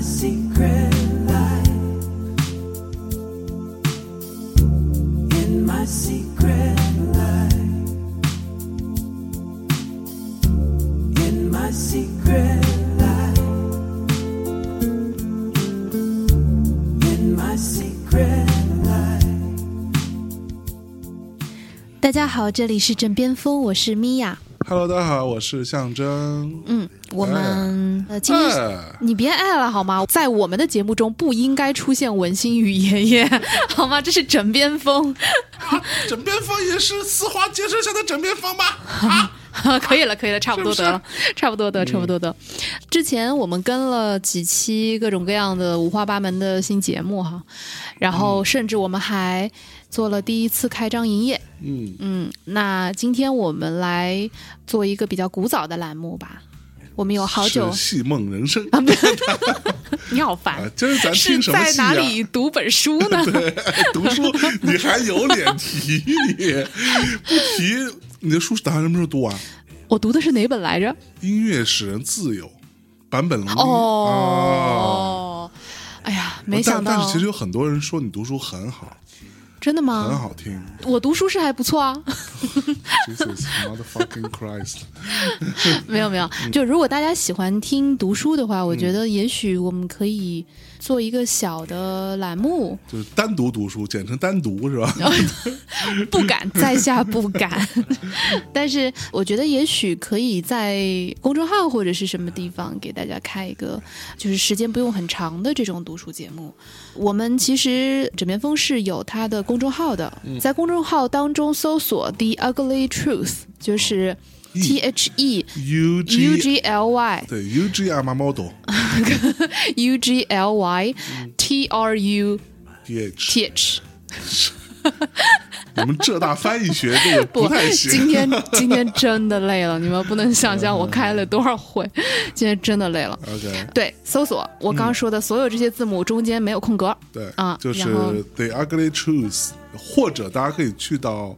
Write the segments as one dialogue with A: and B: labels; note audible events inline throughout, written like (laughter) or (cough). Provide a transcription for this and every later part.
A: secret life. In my secret life. In my secret life. In my secret life.
B: 大家好，这里是枕边风，我是米娅。
C: Hello，大家好，我是象征。
B: 嗯，我们、呃，今天、
C: 哎
B: 你别爱了好吗？在我们的节目中不应该出现文心雨爷爷， (laughs) 好吗？这是枕边风， (laughs)
C: 枕边风也是丝滑结实下的枕
B: (laughs)
C: 边风吧？啊，
B: 可以了，可以了，差不多
C: 是
B: 得
C: 不是嗯
B: 了，差不多得，差不多得。之前我们跟了几期各种各样的五花八门的新节目哈，然
C: 嗯
B: 后甚至我们还做了第一次开张营业。
C: 嗯，
B: 嗯，那今天我们来做一个比较古早的栏目吧。我们有好久
C: 是，戏梦人生
B: 你好
C: 啊
B: 烦，！
C: (laughs) 今儿咱
B: 是
C: 听什么
B: 在
C: 戏
B: 哪
C: 啊？
B: 里读本书呢？
C: (laughs) 读书你还有脸提你？
B: (laughs)
C: 不提你的书打算什么时候读完？
B: 我读的是哪本来着？
C: 音乐使人自由，坂本龙一。啊
B: 哦，哎呀，哦没想
C: 但，
B: 到
C: 但是，其实有很多人说你读书很好，
B: 真的
C: 很
B: 吗？
C: 好听。
B: 我读书是还不错
C: (laughs)
B: 啊，
C: Jesus motherfucking Christ！
B: 没有没有，
C: 嗯
B: 就如果大家喜欢听读书的话，我觉得也许我们可以做一个小的栏目，
C: 就是单独读书，简称单独是吧？
B: 哦不敢，在下不敢。 (laughs) 但是我觉得也许可以在公众号或者是什么地方给大家开一个，就是时间不用很长的这种读书节目。我们其实枕边风是有它的公众号的，在公众号当中搜索 The Ugly Truth，就是
C: 嗯
B: T H E。
C: U
B: U
C: G
B: G L Y
C: 对 U G R 妈
B: (laughs)
C: model
B: U G L Y T R U
C: D H，
B: T H，
C: 我们浙大翻译学
B: (laughs)
C: 这个不
B: 不
C: 太，
B: 今
C: 行。嗯
B: 天
C: (laughs)
B: 今天真的累了，你们不能想象我开了多少会， (laughs) 今天真的累了。
C: OK，
B: 对，搜索我刚刚说的所有这些字母中间没有空格。
C: 嗯对
B: 啊
C: 就是
B: 然后
C: The Ugly Truth，或者大家可以去到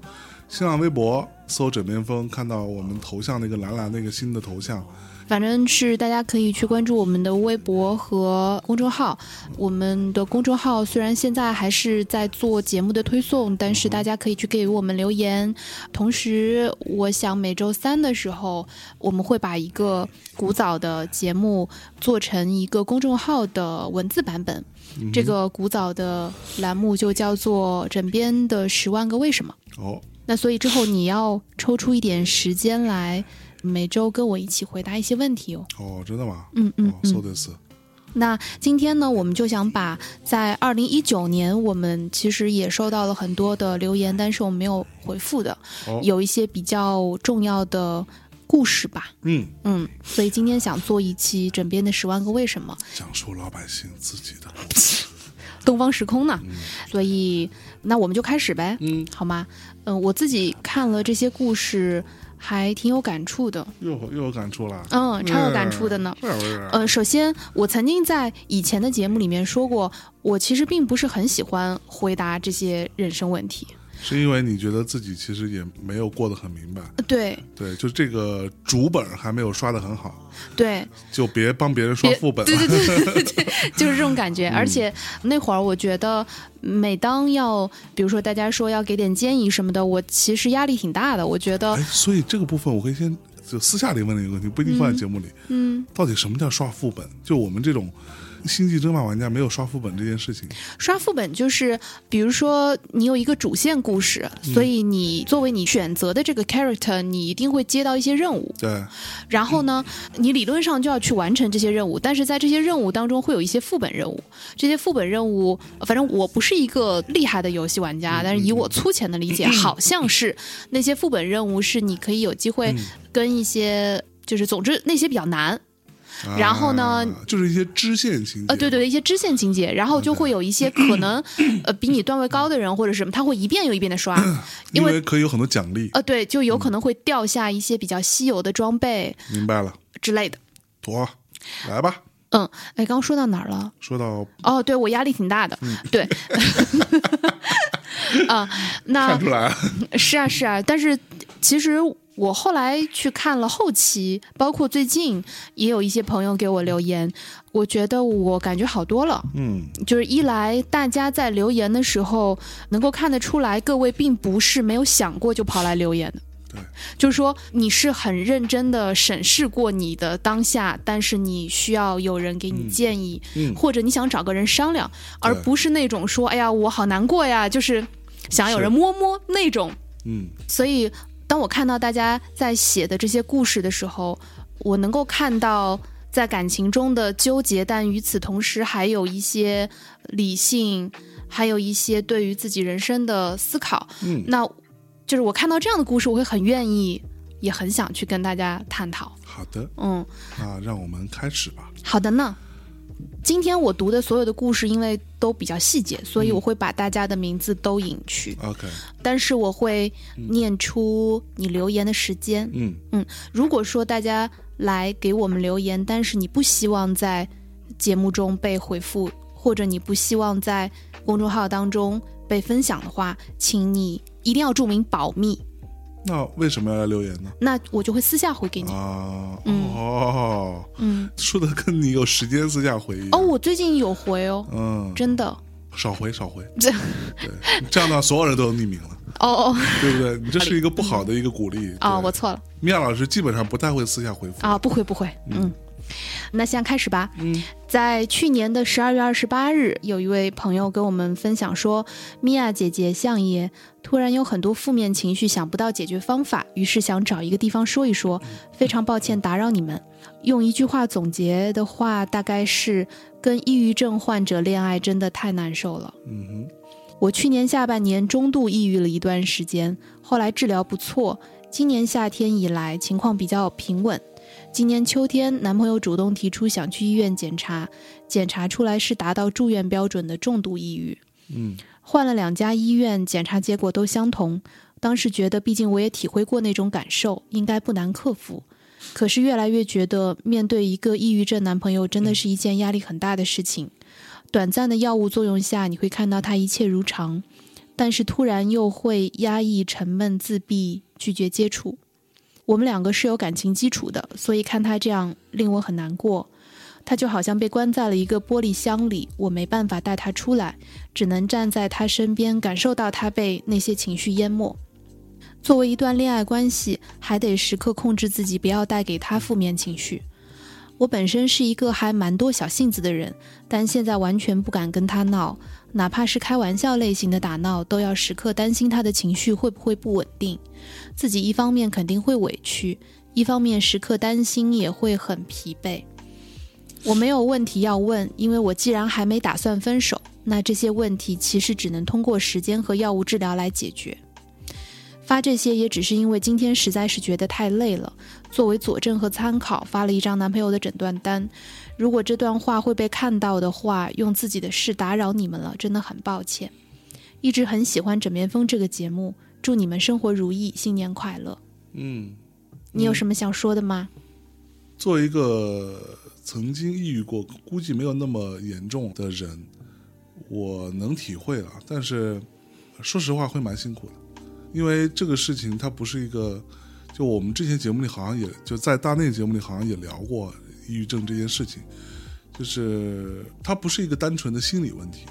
C: 新浪微博搜“枕边风”，看到我们头像那个蓝蓝那个新的头像。
B: 反正是大家可以去关注我们的微博和公众号。我们的公众号虽然现在还是在做节目的推送，但是大家可以去给我们留言。同时，我想每周三的时候，我们会把一个古早的节目做成一个公众号的文字版本。这个古早的栏目就叫做“枕边的十万个为什么”。
C: 哦，
B: 那所以之后你要抽出一点时间来，每周跟我一起回答一些问题哦。
C: 哦，真的吗？
B: 嗯嗯
C: 哦，
B: 嗯。
C: 搜的是，
B: 那今天呢，我们就想把在二零一九年，我们其实也收到了很多的留言，但是我们没有回复的，
C: 哦，
B: 有一些比较重要的故事吧。
C: 嗯，
B: 嗯，所以今天想做一期枕边的十万个为什么，
C: 讲述老百姓自己的。
B: (laughs) 东方时空呢。所以那我们就开始呗，
C: 嗯，
B: 好吗？嗯，我自己看了这些故事，还挺有感触的。
C: 又又有感触了，
B: 嗯，超有感触的呢。
C: 嗯。是不是
B: 呃，首先，我曾经在以前的节目里面说过，我其实并不是很喜欢回答这些人生问题。
C: 是因为你觉得自己其实也没有过得很明白，
B: 呃对
C: 对，就这个主本还没有刷的很好，
B: 对，
C: 就别帮别人刷
B: 别
C: 副本了。
B: 对对对对对，就是这种感觉。而且那会儿，我觉得每当要，比如说大家说要给点建议什么的，我其实压力挺大的。我觉得
C: 哎，，所以这个部分我可以先就私下里问你一个问题，不一定放在节目里。
B: 嗯，
C: 到底什么叫刷副本？就我们这种星际争霸玩家没有刷副本这件事情。
B: 刷副本就是，比如说你有一个主线故事，所以你作为你选择的这个 character，你一定会接到一些任务。
C: 对，
B: 然后呢，你理论上就要去完成这些任务，但是在这些任务当中会有一些副本任务。这些副本任务，呃反正我不是一个厉害的游戏玩家，但是以我粗浅的 (clears throat) 理解，好像是那些副本任务是你可以有机会跟一些，就是总之那些比较难。
C: 啊
B: (laughs) 然后呢
C: 就是一些支线情节。
B: 呃，对对，对，一些支线情节，然后就会有一些可能，呃，比你段位高的人或者什么，他会一遍又一遍的刷，嗯因
C: 因
B: 为
C: 为可以有很多奖励。
B: 呃，对，就有可能会掉下一些比较稀有的装备
C: 明白了，
B: 之类的。
C: 妥，来吧，
B: 嗯，哎，刚刚说到哪儿了？
C: 说到
B: 哦，对我压力挺大的，
C: 嗯
B: (laughs) 对，啊、
C: 看
B: 那
C: 出来了，
B: 嗯
C: (laughs)
B: 啊是啊是啊，但是其实我后来去看了后期，包括最近也有一些朋友给我留言，我觉得我感觉好多了。
C: 嗯，
B: 就是一来大家在留言的时候能够看得出来，各位并不是没有想过就跑来留言的。
C: 对，
B: 就是说你是很认真的审视过你的当下，但是你需要有人给你建议，
C: 嗯
B: 或者你想找个人商量，而不是那种说“哎呀，我好难过呀”，就是想有人摸摸那种。
C: 嗯，
B: 所以，当我看到大家在写的这些故事的时候，我能够看到在感情中的纠结，但与此同时还有一些理性，还有一些对于自己人生的思考。
C: 嗯，
B: 那就是我看到这样的故事，我会很愿意，也很想去跟大家探讨。
C: 好的，
B: 嗯，
C: 那让我们开始吧。
B: 好的呢。今天我读的所有的故事，因为都比较细节，所以我会把大家的名字都隐去，
C: OK，
B: 但是我会念出你留言的时间。
C: 嗯，
B: 嗯，如果说大家来给我们留言，但是你不希望在节目中被回复，或者你不希望在公众号当中被分享的话，请你一定要注明保密，
C: 那为什么要来留言呢？
B: 那我就会私下回给你。
C: 啊，
B: 嗯
C: 哦，
B: 嗯，
C: 说的跟你有时间私下回忆。啊
B: 哦，，我最近有回哦，
C: 嗯，
B: 真的。
C: 少回少回，
B: 这，
C: 对，这样呢，所有人都有匿名
B: (laughs)
C: 了，
B: 哦哦
C: 对不对？你这是一个不好的一个鼓励
B: 啊，
C: 对
B: 我错了
C: 米娅老师基本上不太会私下回复。
B: 啊，不回不回，嗯。那现在开始吧。
C: 嗯，
B: 在去年的十二月二十八日，有一位朋友跟我们分享说，米娅姐姐、相爷突然有很多负面情绪，想不到解决方法，于是想找一个地方说一说。
C: 嗯
B: 非常抱歉打扰你们。用一句话总结的话，大概是跟抑郁症患者恋爱真的太难受了。
C: 嗯哼，
B: 我去年下半年中度抑郁了一段时间，后来治疗不错。今年夏天以来情况比较平稳。今年秋天，男朋友主动提出想去医院检查，检查出来是达到住院标准的重度抑郁。
C: 嗯
B: 换了两家医院，检查结果都相同。当时觉得，毕竟我也体会过那种感受，应该不难克服。可是越来越觉得，面对一个抑郁症男朋友，真的是一件压力很大的事情。短暂的药物作用下，你会看到他一切如常，但是突然又会压抑、沉闷、自闭、拒绝接触。我们两个是有感情基础的，所以看他这样令我很难过。他就好像被关在了一个玻璃箱里，我没办法带他出来。只能站在他身边，感受到他被那些情绪淹没。作为一段恋爱关系，还得时刻控制自己，不要带给他负面情绪。我本身是一个还蛮多小性子的人，但现在完全不敢跟他闹，哪怕是开玩笑类型的打闹，都要时刻担心他的情绪会不会不稳定。自己一方面肯定会委屈，一方面时刻担心也会很疲惫。我没有问题要问，因为我既然还没打算分手，那这些问题其实只能通过时间和药物治疗来解决。发这些也只是因为今天实在是觉得太累了，作为佐证和参考发了一张男朋友的诊断单。如果这段话会被看到的话，用自己的事打扰你们了，真的很抱歉。一直很喜欢《枕边风》这个节目，祝你们生活如意，新年快乐。
C: 嗯，
B: 你有什么想说的吗？
C: 作为一个曾经抑郁过，估计没有那么严重的人，我能体会了。但是说实话，会蛮辛苦的，因为这个事情它不是一个，就我们之前节目里好像也就在大内节目里好像也聊过抑郁症这件事情，就是它不是一个单纯的心理问题，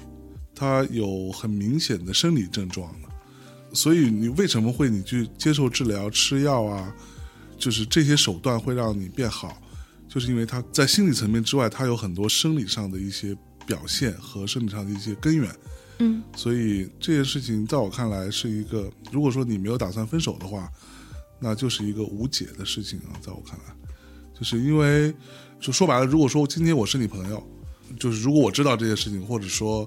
C: 它有很明显的生理症状的。所以你为什么会你去接受治疗、吃药啊？就是这些手段会让你变好，就是因为它在心理层面之外，它有很多生理上的一些表现和生理上的一些根源。
B: 嗯
C: 所以这件事情在我看来是一个，如果说你没有打算分手的话，那就是一个无解的事情啊，在我看来，就是因为就说白了，如果说今天我是你朋友，就是如果我知道这件事情，或者说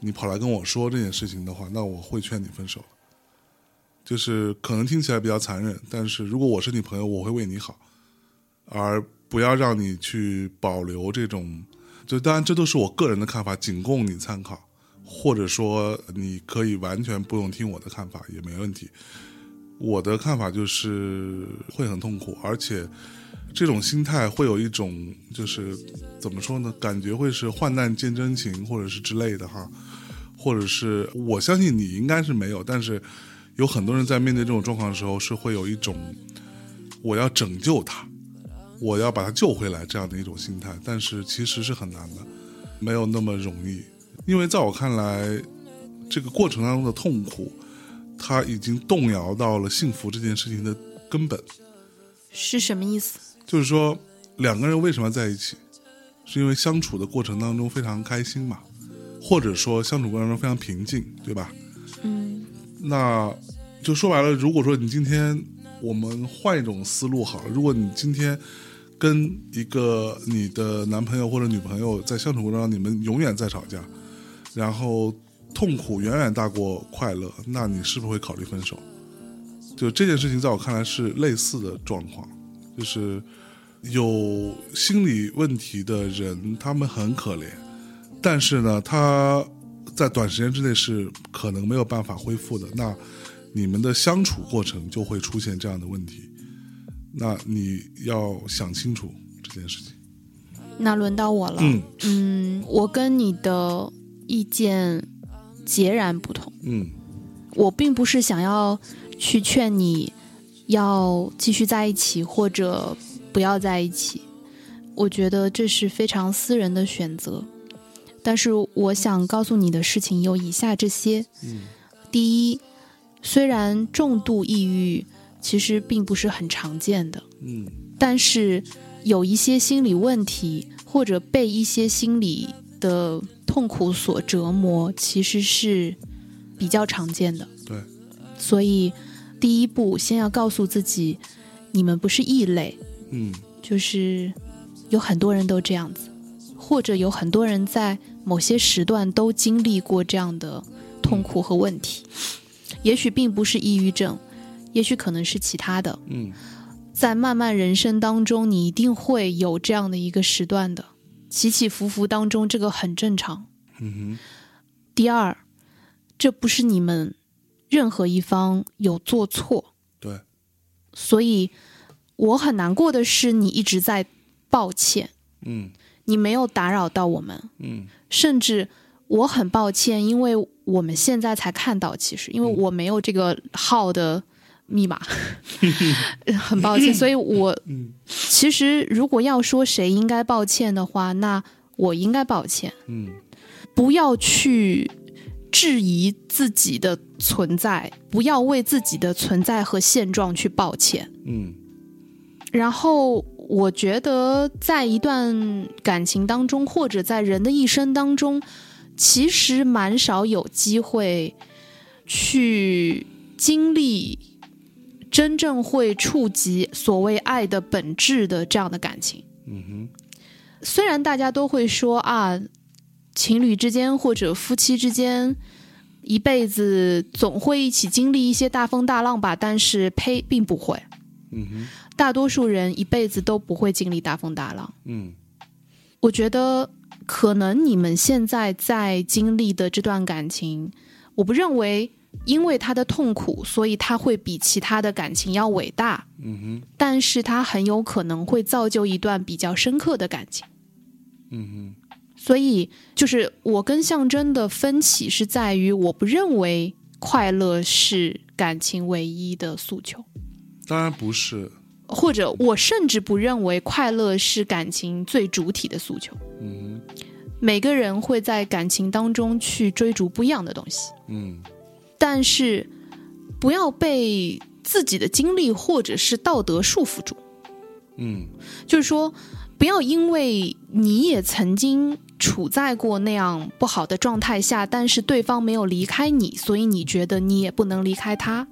C: 你跑来跟我说这件事情的话，那我会劝你分手。就是可能听起来比较残忍，但是如果我是你朋友，我会为你好，而不要让你去保留这种。就当然，这都是我个人的看法，仅供你参考。或者说你可以完全不用听我的看法也没问题。我的看法就是会很痛苦，而且这种心态会有一种就是怎么说呢，感觉会是患难见真情，或者是之类的哈，或者是我相信你应该是没有，但是有很多人在面对这种状况的时候是会有一种我要拯救他，我要把他救回来这样的一种心态，但是其实是很难的，没有那么容易，因为在我看来，这个过程当中的痛苦，它已经动摇到了幸福这件事情的根本。
B: 是什么意思？
C: 就是说，两个人为什么要在一起，是因为相处的过程当中非常开心嘛，或者说相处过程当中非常平静，对吧？
B: 嗯，
C: 那就说白了，如果说你今天我们换一种思路好了，如果你今天跟一个你的男朋友或者女朋友在相处过程中，你们永远在吵架，然后痛苦远远大过快乐，那你是不是会考虑分手？就这件事情，在我看来是类似的状况，就是有心理问题的人，他们很可怜，但是呢，他在短时间之内是可能没有办法恢复的。那你们的相处过程就会出现这样的问题，那你要想清楚这件事情。
B: 那轮到我了。
C: 嗯
B: 嗯，我跟你的意见截然不同。
C: 嗯
B: 我并不是想要去劝你要继续在一起或者不要在一起，我觉得这是非常私人的选择。但是我想告诉你的事情有以下这些：
C: 嗯
B: 第一，虽然重度抑郁其实并不是很常见的，
C: 嗯
B: 但是有一些心理问题或者被一些心理的痛苦所折磨，其实是比较常见的。
C: 对，
B: 所以第一步先要告诉自己，你们不是异类，
C: 嗯
B: 就是有很多人都这样子，或者有很多人在某些时段都经历过这样的痛苦和问题，也许并不是抑郁症，也许可能是其他的。
C: 嗯
B: 在漫漫人生当中，你一定会有这样的一个时段的，起起伏伏当中，这个很正常。
C: 嗯哼
B: 第二，这不是你们任何一方有做错，
C: 对，
B: 所以我很难过的是，你一直在抱歉，
C: 嗯
B: 你没有打扰到我们，
C: 嗯
B: 甚至我很抱歉，因为我们现在才看到，其实因为我没有这个号的密码，很抱歉，所以我
C: 嗯
B: 其实，如果要说谁应该抱歉的话，那我应该抱歉。
C: 嗯
B: 不要去质疑自己的存在，不要为自己的存在和现状去抱歉。
C: 嗯
B: 然后，我觉得在一段感情当中，或者在人的一生当中，其实蛮少有机会去经历真正会触及所谓爱的本质的这样的感情。
C: 嗯哼
B: 虽然大家都会说啊，情侣之间或者夫妻之间，一辈子总会一起经历一些大风大浪吧，但是呸，并不会。
C: 嗯哼
B: 大多数人一辈子都不会经历大风大浪。
C: 嗯
B: 我觉得，可能你们现在在经历的这段感情，我不认为因为他的痛苦，所以他会比其他的感情要伟大，
C: 嗯哼
B: 但是他很有可能会造就一段比较深刻的感情。
C: 嗯
B: 所以，就是我跟象征的分歧是在于，我不认为快乐是感情唯一的诉求，
C: 哼，当然不是。
B: 或者我甚至不认为快乐是感情最主体的诉求。
C: 嗯哼
B: 每个人会在感情当中去追逐不一样的东西，
C: 嗯
B: 但是不要被自己的经历或者是道德束缚住。
C: 嗯
B: 就是说，不要因为你也曾经处在过那样不好的状态下，但是对方没有离开你，所以你觉得你也不能离开他。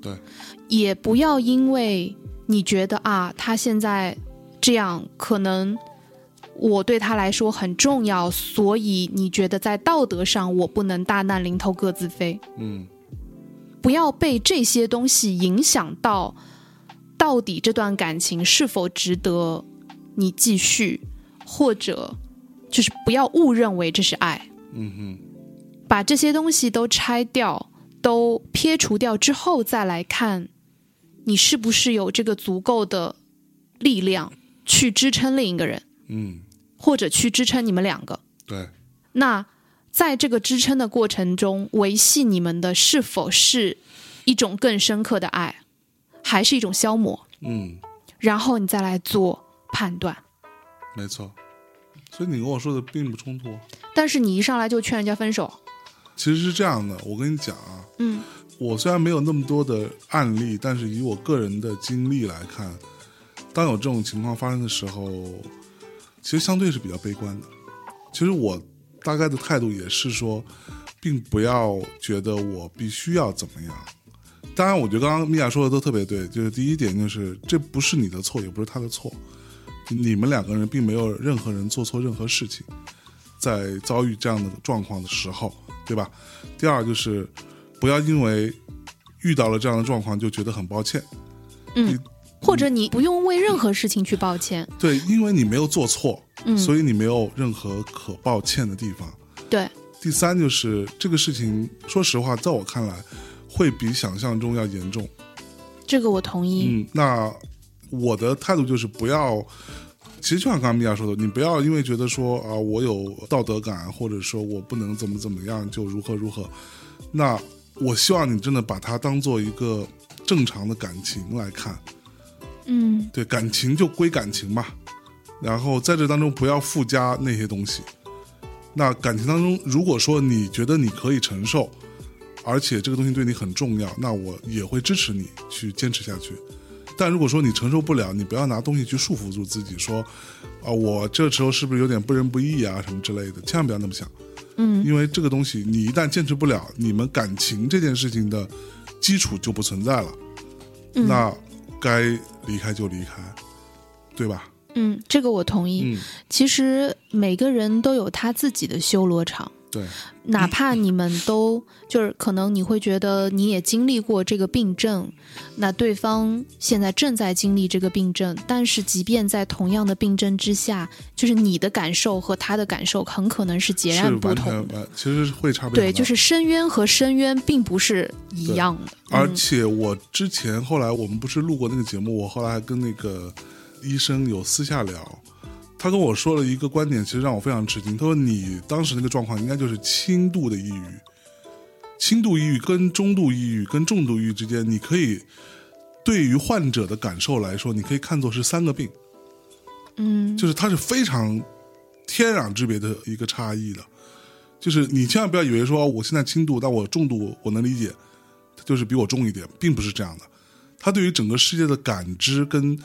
C: 对，
B: 也不要因为你觉得啊，他现在这样，可能我对他来说很重要，所以你觉得在道德上我不能大难临头各自飞。
C: 嗯
B: 不要被这些东西影响到，到底这段感情是否值得你继续，或者就是不要误认为这是爱。
C: 嗯哼
B: 把这些东西都拆掉，都撇除掉之后，再来看你是不是有这个足够的力量去支撑另一个人，
C: 嗯，
B: 或者去支撑你们两个。
C: 对，
B: 那在这个支撑的过程中，维系你们的是否是一种更深刻的爱，还是一种消磨？
C: 嗯
B: 然后你再来做判断。
C: 没错。所以你跟我说的并不冲突。
B: 但是你一上来就劝人家分手，
C: 其实是这样的，我跟你讲啊，
B: 嗯
C: 我虽然没有那么多的案例，但是以我个人的经历来看，当有这种情况发生的时候，其实相对是比较悲观的。其实我大概的态度也是说，并不要觉得我必须要怎么样。当然，我觉得刚刚米娅说的都特别对，就是第一点就是这不是你的错，也不是他的错，你们两个人并没有任何人做错任何事情，在遭遇这样的状况的时候，对吧？第二就是不要因为遇到了这样的状况就觉得很抱歉，
B: 嗯，或者你不用为任何事情去抱歉，
C: 对，因为你没有做错，
B: 嗯，
C: 所以你没有任何可抱歉的地方。
B: 对，
C: 第三就是这个事情，说实话，在我看来，会比想象中要严重。
B: 这个我同意。
C: 嗯，那我的态度就是不要，其实就像刚刚米娅说的，你不要因为觉得说啊，我有道德感，或者说我不能怎么怎么样，就如何如何。那我希望你真的把它当做一个正常的感情来看，
B: 嗯
C: 对，感情就归感情吧。然后在这当中不要附加那些东西。那感情当中，如果说你觉得你可以承受，而且这个东西对你很重要，那我也会支持你去坚持下去。但如果说你承受不了，你不要拿东西去束缚住自己，说啊，我这时候是不是有点不仁不义啊什么之类的，千万不要那么想。
B: 嗯，
C: 因为这个东西你一旦坚持不了，你们感情这件事情的基础就不存在了，
B: 嗯
C: 那该离开就离开，对吧？
B: 嗯，这个我同意。
C: 嗯，
B: 其实每个人都有他自己的修罗场，
C: 对，
B: 哪怕你们都就是可能你会觉得你也经历过这个病症，那对方现在正在经历这个病症，但是即便在同样的病症之下，就是你的感受和他的感受很可能是截
C: 是
B: 然不
C: 完
B: 同
C: 全
B: 的。
C: 完，其实是会差别
B: 对，
C: 很大
B: 就是深渊和深渊并不是一样的。
C: 而且我之前后来我们不是录过那个节目，我后来还跟那个医生有私下聊，他跟我说了一个观点，其实让我非常吃惊。他说你当时那个状况应该就是轻度的抑郁，轻度抑郁跟中度抑郁跟重度抑郁之间，你可以对于患者的感受来说，你可以看作是三个病，
B: 嗯，
C: 就是它是非常天壤之别的一个差异的。就是你千万不要以为说哦我现在轻度，但我重度我能理解，它就是比我重一点，并不是这样的。他对于整个世界的感知跟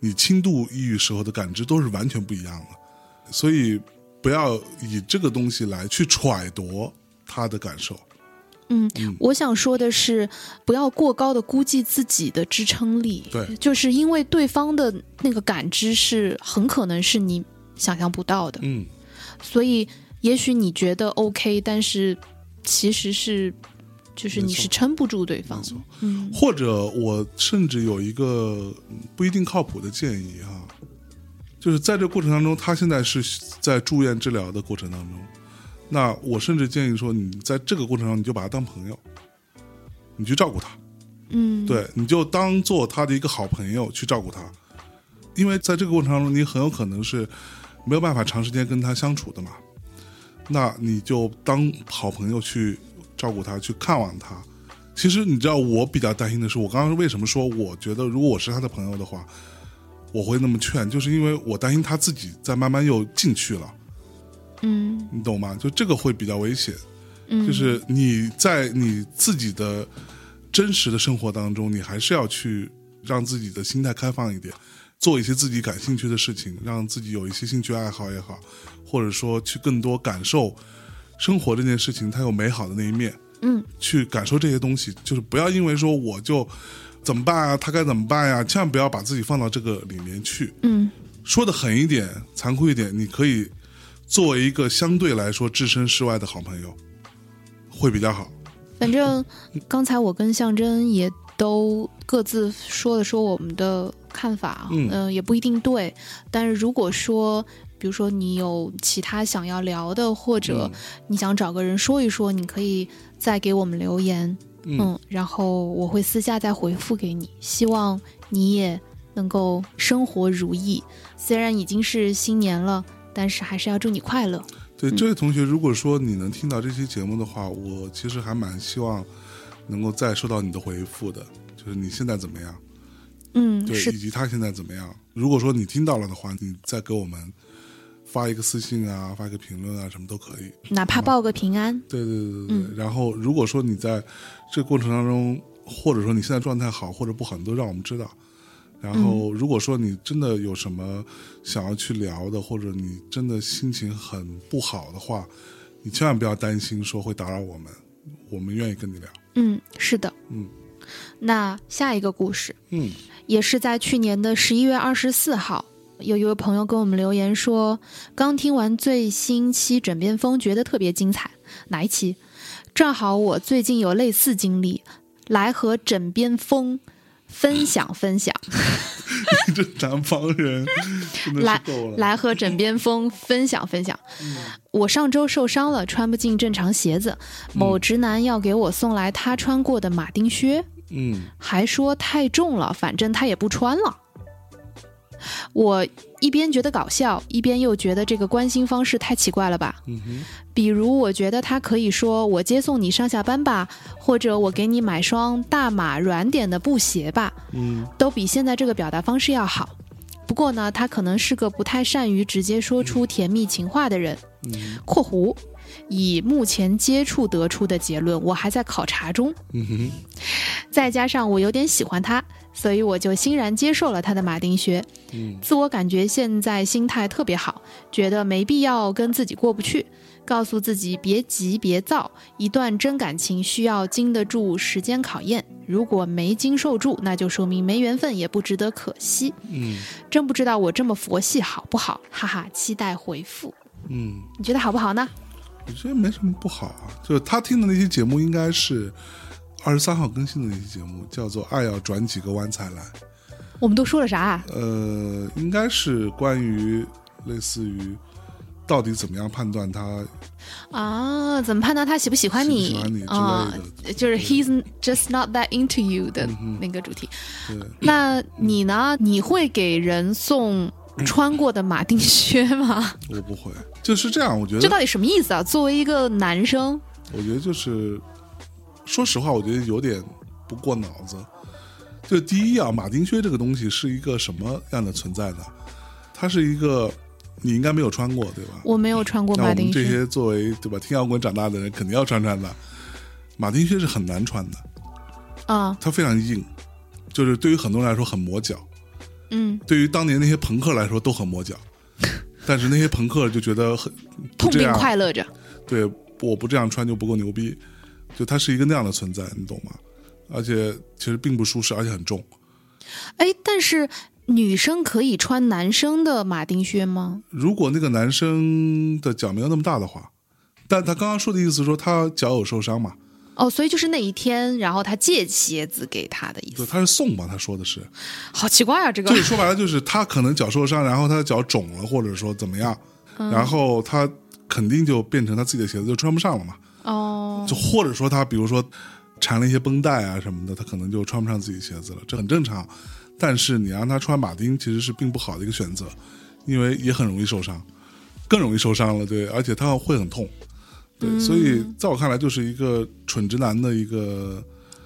C: 你轻度抑郁时候的感知都是完全不一样的，所以不要以这个东西来去揣度他的感受。
B: 嗯，我想说的是，不要过高的估计自己的支撑力。
C: 对
B: 就是因为对方的那个感知是很可能是你想象不到的，
C: 嗯，
B: 所以也许你觉得 OK，但是其实是就是你
C: 没错
B: 是撑不住对
C: 没
B: 方的。
C: 错。
B: 嗯
C: 或者我甚至有一个嗯不一定靠谱的建议哈、就是在这过程当中，他现在是在住院治疗的过程当中，那我甚至建议说，你在这个过程中你就把他当朋友，你去照顾他，
B: 嗯，
C: 对，你就当做他的一个好朋友去照顾他，因为在这个过程当中，你很有可能是没有办法长时间跟他相处的嘛，那你就当好朋友去照顾他，去看望他。其实你知道，我比较担心的是，我刚刚为什么说我觉得如果我是他的朋友的话，我会那么劝，就是因为我担心他自己再慢慢又进去了，
B: 嗯
C: 你懂吗？就这个会比较危险。
B: 嗯，
C: 就是你在你自己的真实的生活当中，你还是要去让自己的心态开放一点，做一些自己感兴趣的事情，让自己有一些兴趣爱好也好，或者说去更多感受生活这件事情它有美好的那一面，
B: 嗯，
C: 去感受这些东西，就是不要因为说我就怎么办啊，他该怎么办呀、千万不要把自己放到这个里面去。
B: 嗯
C: 说的狠一点，残酷一点，你可以作为一个相对来说置身事外的好朋友，会比较好。
B: 反正刚才我跟象征也都各自说了说我们的看法，
C: 嗯
B: 呃也不一定对。但是如果说，比如说你有其他想要聊的，或者
C: 嗯
B: 你想找个人说一说，你可以再给我们留言，
C: 嗯
B: 然后我会私下再回复给你。希望你也能够生活如意。虽然已经是新年了，但是还是要祝你快乐。
C: 对，这位同学，如果说你能听到这期节目的话，我其实还蛮希望能够再收到你的回复的，就是你现在怎么样？
B: 嗯，
C: 对，
B: 是
C: 以及他现在怎么样。如果说你听到了的话，你再给我们发一个私信啊，发一个评论啊，什么都可以。
B: 哪怕报个平安，
C: 对对对对对。然后，如果说你在这个过程当中，或者说你现在状态好或者不好，你都让我们知道。然后，如果说你真的有什么想要去聊的，或者你真的心情很不好的话，你千万不要担心说会打扰我们，我们愿意跟你聊。
B: 嗯，是的，
C: 嗯。
B: 那下一个故事
C: 嗯，
B: 也是在去年的十一月二十四号，有一位朋友跟我们留言说，刚听完最新期《枕边风》，觉得特别精彩。哪一期？正好我最近有类似经历，来和《枕边风》分享分享。
C: (laughs) 这南方人真的是
B: 来
C: 够了。
B: 来和枕边风分享分享。我上周受伤了，穿不进正常鞋子，某直男要给我送来他穿过的马丁靴，
C: 嗯，
B: 还说太重了，反正他也不穿了。我一边觉得搞笑，一边又觉得这个关心方式太奇怪了吧。
C: 嗯哼，
B: 比如，我觉得他可以说我接送你上下班吧，或者我给你买双大码软点的布鞋吧。
C: 嗯
B: 都比现在这个表达方式要好。不过呢，他可能是个不太善于直接说出甜蜜情话的人。
C: 嗯
B: （括弧）以目前接触得出的结论，我还在考察中。
C: 嗯哼，
B: 再加上我有点喜欢他，所以我就欣然接受了他的马丁靴。
C: 嗯
B: 自我感觉现在心态特别好，觉得没必要跟自己过不去，告诉自己别急别躁，一段真感情需要经得住时间考验。如果没经受住，那就说明没缘分，也不值得可惜。
C: 嗯
B: 真不知道我这么佛系好不好，哈哈，期待回复。
C: 嗯，
B: 你觉得好不好呢？
C: 我觉得没什么不好啊。就是他听的那期节目应该是二十三号更新的那期节目，叫做《爱要转几个弯才来》。
B: 我们都说了啥啊？
C: 呃，应该是关于类似于到底怎么样判断他
B: 啊，怎么判断他喜不喜欢
C: 喜
B: 你
C: 不喜欢你之类的
B: 啊？就是
C: 嗯
B: he's just not that into you 的那个主题。
C: 对
B: 那你呢？你会给人送穿过的马丁靴吗？
C: 我不会，就是这样。我觉
B: 这
C: 得，
B: 到底什么意思啊？作为一个男生，
C: 我觉得就是，说实话，我觉得有点不过脑子。就第一啊，马丁靴这个东西是一个什么样的存在呢？它是一个你应该没有穿过，对吧？
B: 我没有穿过
C: 那
B: 马
C: 我们
B: 丁
C: 这
B: 靴，
C: 些作为对吧，听摇滚长大的人肯定要穿穿的。马丁靴是很难穿的，
B: 啊，
C: 它非常硬，就是对于很多人来说很磨脚，
B: 嗯，
C: 对于当年那些朋克来说都很磨
B: (laughs)
C: 脚。但是那些朋克就觉得很不啊
B: 痛
C: 这
B: 并
C: 样，
B: 快乐着。
C: 对，我不这样穿就不够牛逼，就它是一个那样的存在，你懂吗？而且其实并不舒适，而且很重。
B: 哎，但是女生可以穿男生的马丁靴吗？
C: 如果那个男生的脚没有那么大的话，但他刚刚说的意思是说他脚有受伤嘛，
B: 哦，所以就是那一天，然后他借鞋子给他的意思。
C: 对，他是送嘛，他说的是，
B: 好奇怪啊，这个
C: (laughs) 就是说白了，就是他可能脚受伤，然后他的脚肿了，或者说怎么样，然后他肯定就变成他自己的鞋子就穿不上了嘛。
B: 哦，
C: 就或者说他比如说缠了一些绷带啊什么的，他可能就穿不上自己鞋子了，这很正常。但是你让他穿马丁其实是并不好的一个选择，因为也很容易受伤，更容易受伤了，对，而且他会很痛，对，所以在我看来就是一个蠢直男的一个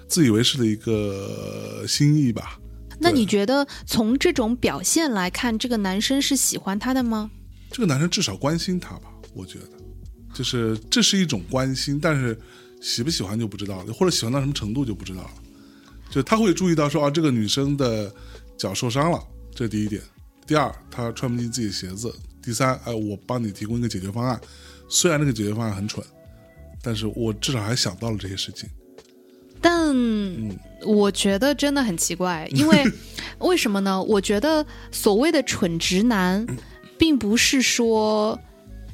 C: 自以为是的一个呃心意吧。
B: 那你觉得从这种表现来看，这个男生是喜欢他的吗？
C: 这个男生至少关心他吧，我觉得，就是这是一种关心，但是喜不喜欢就不知道了，或者喜欢到什么程度就不知道了。就他会注意到说啊，这个女生的脚受伤了，这是第一点；第二，她穿不进自己鞋子；第三，哎，我帮你提供一个解决方案，虽然这个解决方案很蠢，但是我至少还想到了这些事情。
B: 但
C: 嗯
B: 我觉得真的很奇
C: (laughs)
B: 怪，因为为什么呢？我觉得所谓的蠢直男，
C: 嗯
B: 并不是说，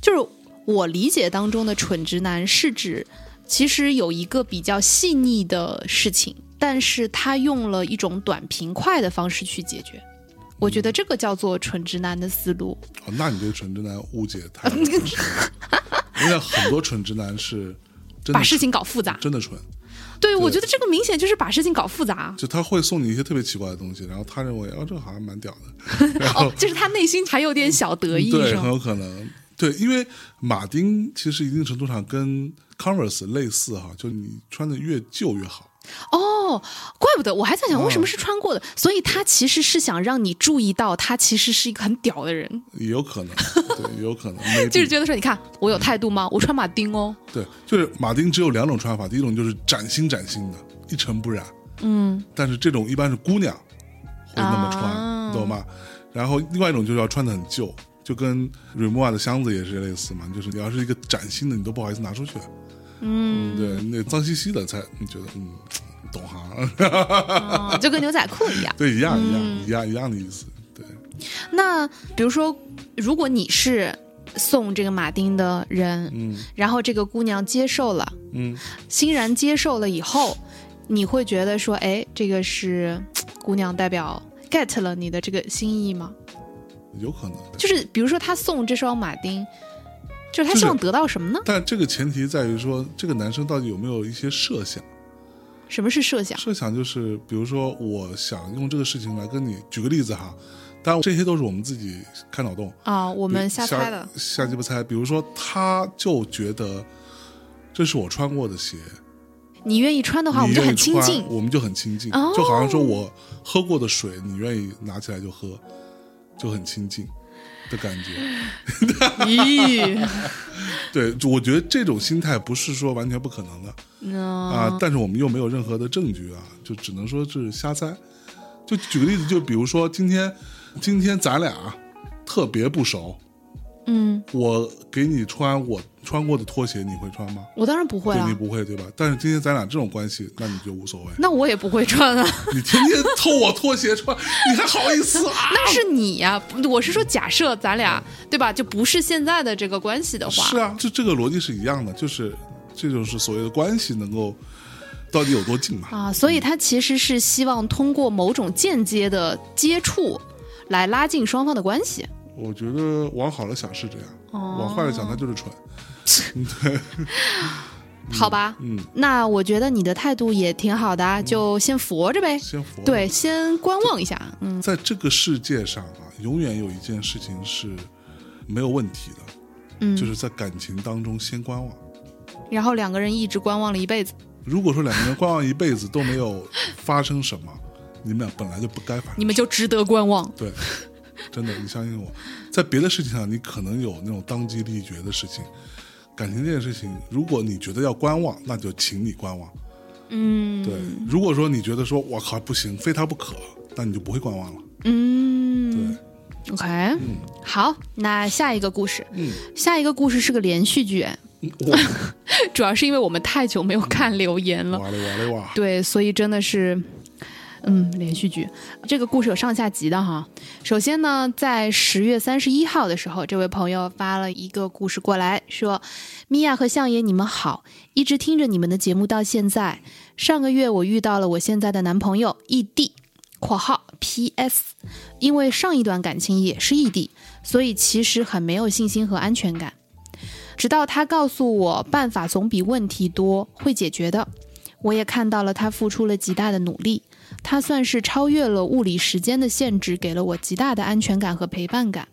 B: 就是我理解当中的蠢直男是指，其实有一个比较细腻的事情，但是他用了一种短平快的方式去解决。我
C: 嗯
B: 觉得这个叫做蠢直男的思路。
C: 哦，那你对蠢直男误解太深了，因为很多蠢直男是真的
B: 把事
C: 蠢
B: 情搞复杂，
C: (laughs) 真的蠢。
B: 对我觉得这个明显就是把事情搞复杂，
C: 就他会送你一些特别奇怪的东西，然后他认为哦，这个好像蛮屌的，然 (laughs) 后、
B: 哦就是他内心还有点小得意，
C: 嗯对，
B: 是
C: 很
B: 吗？
C: 有可能对，因为马丁其实一定程度上跟 Converse 类似哈，就你穿的越旧越好，
B: 哦，怪不得我还在想
C: 嗯
B: 为什么是穿过的，所以他其实是想让你注意到他其实是一个很屌的人，
C: 也有可能，对，也有可能，
B: (laughs)
C: maybe
B: 就是觉得说你看我有态度吗？我穿马丁哦，
C: 对，就是马丁只有两种穿法，第一种就是崭新崭新的，一尘不染，嗯，但是这种一般是姑娘会那么穿，
B: 啊
C: 你懂吗？然后另外一种就是要穿的很旧，就跟瑞莫亚的箱子也是类似嘛，就是你要是一个崭新的，你都不好意思拿出去，嗯，对，那脏兮兮的才你觉得嗯，懂行，
B: 嗯 (laughs) 就跟牛仔裤一样。
C: 对，一样一样、一样一样的意思，对，
B: 那比如说，如果你是送这个马丁的人，
C: 嗯
B: 然后这个姑娘接受了，
C: 嗯，
B: 欣然接受了以后，你会觉得说，哎，这个是嘖姑娘代表 get 了你的这个心意吗？
C: 有可能。
B: 就是比如说，他送这双马丁，就是他
C: 就是
B: 希望得到什么呢？
C: 但这个前提在于说，这个男生到底有没有一些设想？
B: 什么是设想？
C: 设想就是，比如说，我想用这个事情来跟你举个例子哈，当然这些都是我们自己开脑洞，
B: 啊、我
C: 我
B: 们瞎猜的，
C: 瞎鸡巴猜。比如说，他就觉得这是我穿过的鞋，
B: 你愿意穿的哦话，我
C: 你
B: 们就
C: 愿意
B: 很亲
C: 穿，
B: 近。
C: 我们就很亲近，
B: 哦
C: 就好像说我喝过的水，你愿意拿起来就喝，就很亲近的感觉。
B: (laughs) 咦，
C: (laughs) 对，就我觉得这种心态不是说完全不可能的，啊
B: 嗯那，
C: 但是我们又没有任何的证据啊，就只能说是瞎猜。就举个例子，就比如说今天，今天咱俩特别不熟，
B: 嗯，
C: 我给你穿我穿过的拖鞋，你会穿吗？
B: 我当然不会啊
C: 对，
B: 了。
C: 你。不会对吧？但是今天咱俩这种关系，那你就无所谓
B: 那我也不会穿
C: (laughs)
B: 啊，
C: 你天天偷我拖鞋穿，你还好意思啊？
B: (laughs) 那是你呀、不我是说，假设咱俩对吧，就不是现在的这个关系的话，
C: 是啊，就这个逻辑是一样的，就是这就是所谓的关系能够到底有多近嘛？
B: 啊，所以他其实是希望通过某种间接的接触来拉近双方的关系。
C: 我觉得往好了想是这样，
B: 哦
C: 往坏了想他就是蠢。
B: 好吧，
C: 嗯，
B: 那我觉得你的态度也挺好的啊，就先佛着呗。
C: 先佛。
B: 对，先观望一下。嗯，
C: 在这个世界上啊，永远有一件事情是没有问题的，
B: 嗯
C: 就是在感情当中先观望。
B: 然后两个人一直观望了一辈子，
C: 如果说两个人观望一辈子都没有发生什么，你们俩本来就不该发
B: 你
C: 生。
B: 们就值得观望。
C: 对，真的，你相信我，在别的事情上，你可能有那种当机立决的事情。感情这件事情，如果你觉得要观望，那就请你观望。
B: 嗯，
C: 对，如果说你觉得说我靠不行，非他不可，那你就不会观望了。
B: 嗯
C: 对，
B: ，OK，好，那下一个故事，
C: 嗯，
B: 下一个故事是个连续剧，
C: 哇
B: (laughs) 主要是因为我们太久没有看留言了，
C: 哇嘞哇嘞哇，
B: 对，所以真的是，嗯，连续剧。这个故事有上下集的哈。首先呢，在十月三十一号的时候，这位朋友发了一个故事过来，说：“米娅和相爷，你们好，一直听着你们的节目到现在。上个月我遇到了我现在的男朋友异地。”（括号 P.S.） 因为上一段感情也是异地，所以其实很没有信心和安全感。直到他告诉我，办法总比问题多，会解决的。我也看到了他付出了极大的努力，他算是超越了物理时间的限制，给了我极大的安全感和陪伴感。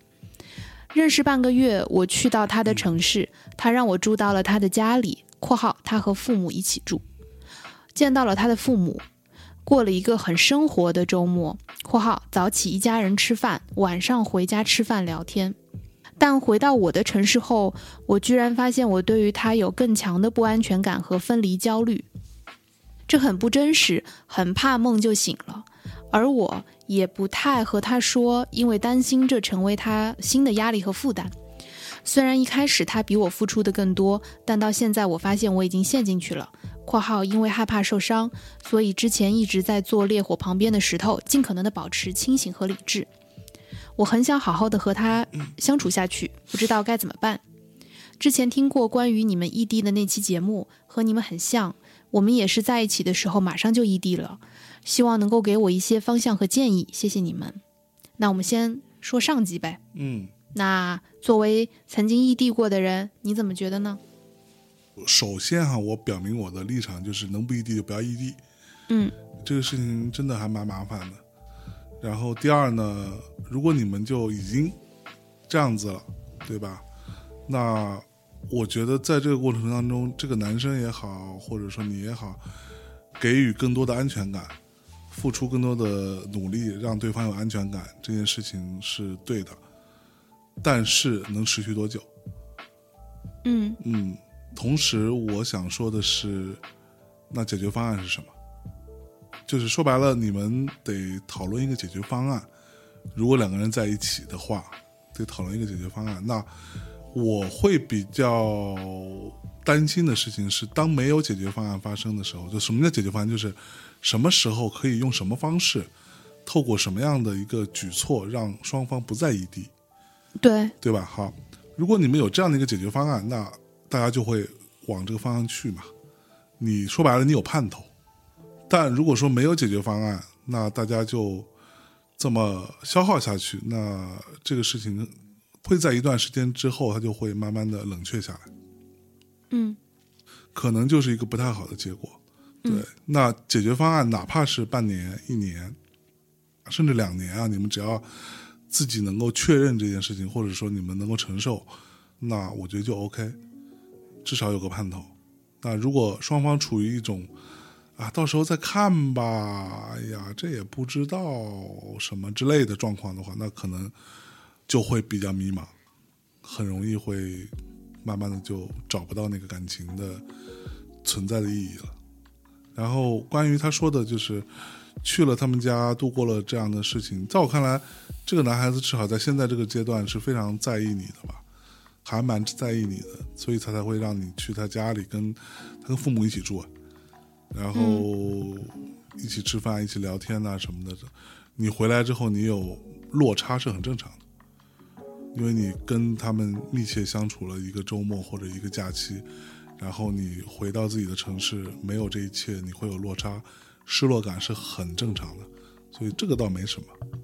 B: 认识半个月，我去到他的城市，他让我住到了他的家里（括号他和父母一起住），见到了他的父母，过了一个很生活的周末（括号早起一家人吃饭，晚上回家吃饭聊天）。但回到我的城市后，我居然发现我对于他有更强的不安全感和分离焦虑。这很不真实，很怕梦就醒了。而我也不太和他说，因为担心这成为他新的压力和负担。虽然一开始他比我付出的更多，但到现在我发现我已经陷进去了。（括号因为害怕受伤，所以之前一直在做烈火旁边的石头，尽可能的保持清醒和理智。）我很想好好的和他相处下去，不知道该怎么办。之前听过关于你们异地的那期节目，和你们很像，我们也是在一起的时候马上就异地了，希望能够给我一些方向和建议，谢谢你们。那我们先说上集呗。
C: 嗯。
B: 那作为曾经异地过的人，你怎么觉得呢？
C: 首先哈、我表明我的立场就是能不异地就不要异地，
B: 嗯，
C: 这个事情真的还蛮麻烦的。然后第二呢，如果你们就已经这样子了，对吧？那我觉得在这个过程当中，这个男生也好，或者说你也好，给予更多的安全感，付出更多的努力，让对方有安全感，这件事情是对的。但是能持续多久？
B: 嗯
C: 嗯，同时我想说的是，那解决方案是什么？就是说白了，你们得讨论一个解决方案。如果两个人在一起的话，得讨论一个解决方案。那我会比较担心的事情是，当没有解决方案发生的时候，就什么叫解决方案？就是什么时候可以用什么方式，透过什么样的一个举措，让双方不在异地。
B: 对，
C: 对吧？好，如果你们有这样的一个解决方案，那大家就会往这个方向去嘛。你说白了，你有盼头。但如果说没有解决方案，那大家就这么消耗下去，那这个事情会在一段时间之后，它就会慢慢的冷却下来，
B: 嗯
C: 可能就是一个不太好的结果。对，那解决方案哪怕是半年、一年，甚至两年啊，你们只要自己能够确认这件事情，或者说你们能够承受，那我觉得就 OK，至少有个盼头。那如果双方处于一种啊，到时候再看吧，哎呀，这也不知道什么之类的状况的话，那可能就会比较迷茫，很容易会慢慢的就找不到那个感情的存在的意义了。然后关于他说的，就是去了他们家，度过了这样的事情，在我看来，这个男孩子至少在现在这个阶段是非常在意你的吧，还蛮在意你的，所以他才会让你去他家里跟他跟父母一起住啊，然后一起吃饭、一起聊天呐、什么的。你回来之后，你有落差是很正常的。因为你跟他们密切相处了一个周末或者一个假期，然后你回到自己的城市，没有这一切，你会有落差，失落感是很正常的，所以这个倒没什么。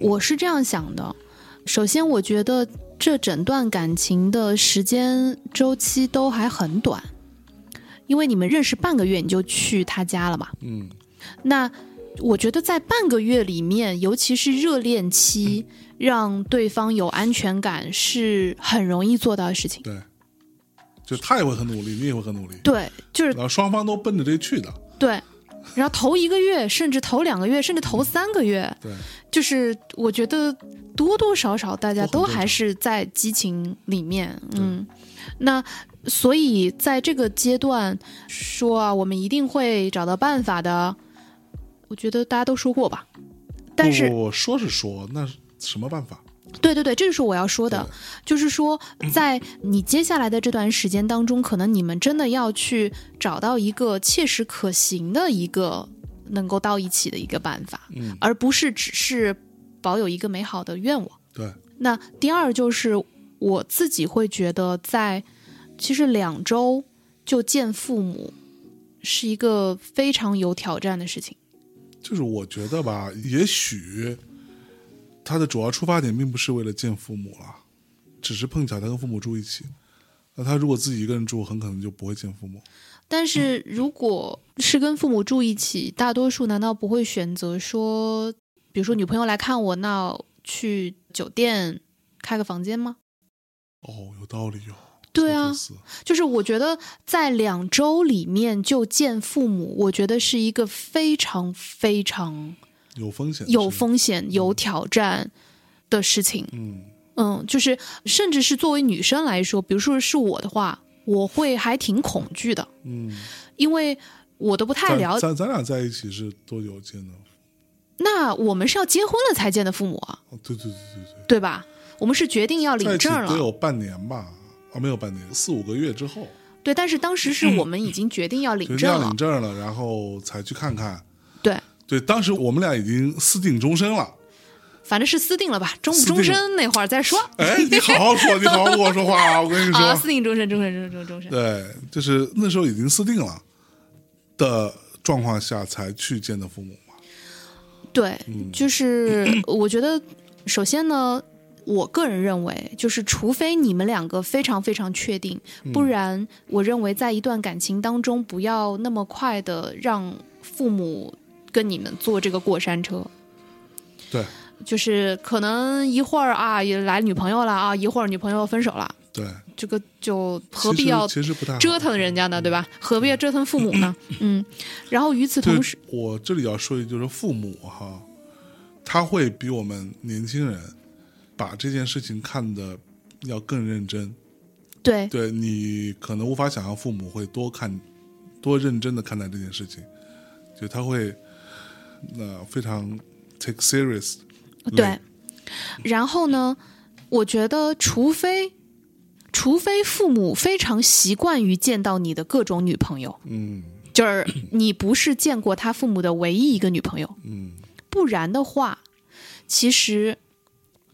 B: 我是这样想的。首先，我觉得这整段感情的时间周期都还很短，因为你们认识半个月你就去他家了嘛。
C: 嗯，
B: 那我觉得在半个月里面，尤其是热恋期，让对方有安全感是很容易做到的事情。
C: 对，就他也会很努力，你也会很努力，
B: 对，就是
C: 然后双方都奔着这去的。
B: 对。然后头一个月，甚至头两个月，甚至头三个月，
C: 对，
B: 就是我觉得多多少少大家都
C: 都很正常
B: 还是在激情里面，嗯，那所以在这个阶段说啊，我们一定会找到办法的，我觉得大家都说过吧，但是
C: 我说是说，那是什么办法？
B: 对对对，这就是我要说的
C: 对，
B: 就是说，在你接下来的这段时间当中，可能你们真的要去找到一个切实可行的一个能够到一起的一个办法，
C: 嗯，
B: 而不是只是保有一个美好的愿望。
C: 对，
B: 那第二就是我自己会觉得在，其实两周就见父母是一个非常有挑战的事情。
C: 就是我觉得吧，也许他的主要出发点并不是为了见父母了，只是碰巧他跟父母住一起。那他如果自己一个人住，很可能就不会见父母。
B: 但是如果是跟父母住一起，大多数难道不会选择说，比如说女朋友来看我，那去酒店开个房间吗？
C: 哦，有道理哟、哦。
B: 对啊
C: 这个思
B: 就是我觉得在两周里面就见父母，我觉得是一个非常非常
C: 有风险，
B: 有
C: 是吗。
B: 风险、有挑战的事情。
C: 嗯，
B: 嗯，就是甚至是作为女生来说，比如说是我的话，我会还挺恐惧的，
C: 嗯，
B: 因为我都不太
C: 咱
B: 了。
C: 咱咱俩在一起是多久见的？
B: 那我们是要结婚了才见的父母啊，
C: 哦，对对对对
B: 对吧？我们是决定要
C: 对，在
B: 领
C: 一起
B: 证
C: 得
B: 了，
C: 有半年吧？啊，没有半年，四五个月之后，
B: 对。但是当时是我们已经决定要
C: 就
B: 领
C: 是
B: 证
C: 嗯要
B: 了
C: 领，证了，然后才去看看。
B: 对，
C: 对，当时我们俩已经私定终身了。
B: 反正是私定了吧，终不
C: 私定
B: 终
C: 了
B: 身那会儿再说。
C: 哎，你好好说，你好好跟我说话
B: (laughs)
C: 啊！我跟你说，
B: 啊，私定终身，终身，终身，终身终身。
C: 对，就是那时候已经私定了的状况下才去见的父母嘛。嗯
B: 对，就是我觉得，首先呢，我个人认为，就是除非你们两个非常非常确定，不然我认为在一段感情当中，不要那么快的让父母跟你们坐这个过山车。
C: 对
B: 就是可能一会儿啊也来女朋友了啊，一会儿女朋友分手了，
C: 对，
B: 这个就何
C: 其
B: 必
C: 实
B: 要
C: 其实嗯不太好
B: 折。腾人家呢，对吧？何必要折腾父母呢？嗯，然后与此
C: 就
B: 同
C: 是
B: 时，
C: 我这里要说一句，就是父母哈，他会比我们年轻人把这件事情看得要更认真。
B: 对
C: 对你可能无法想象父母会多看、多认真的看待这件事情，就他会那、呃非常 take serious 类。
B: 对，然后呢，我觉得除非。除非父母非常习惯于见到你的各种女朋友，
C: 嗯
B: 就是你不是见过他父母的唯一一个女朋友，
C: 嗯，
B: 不然的话，其实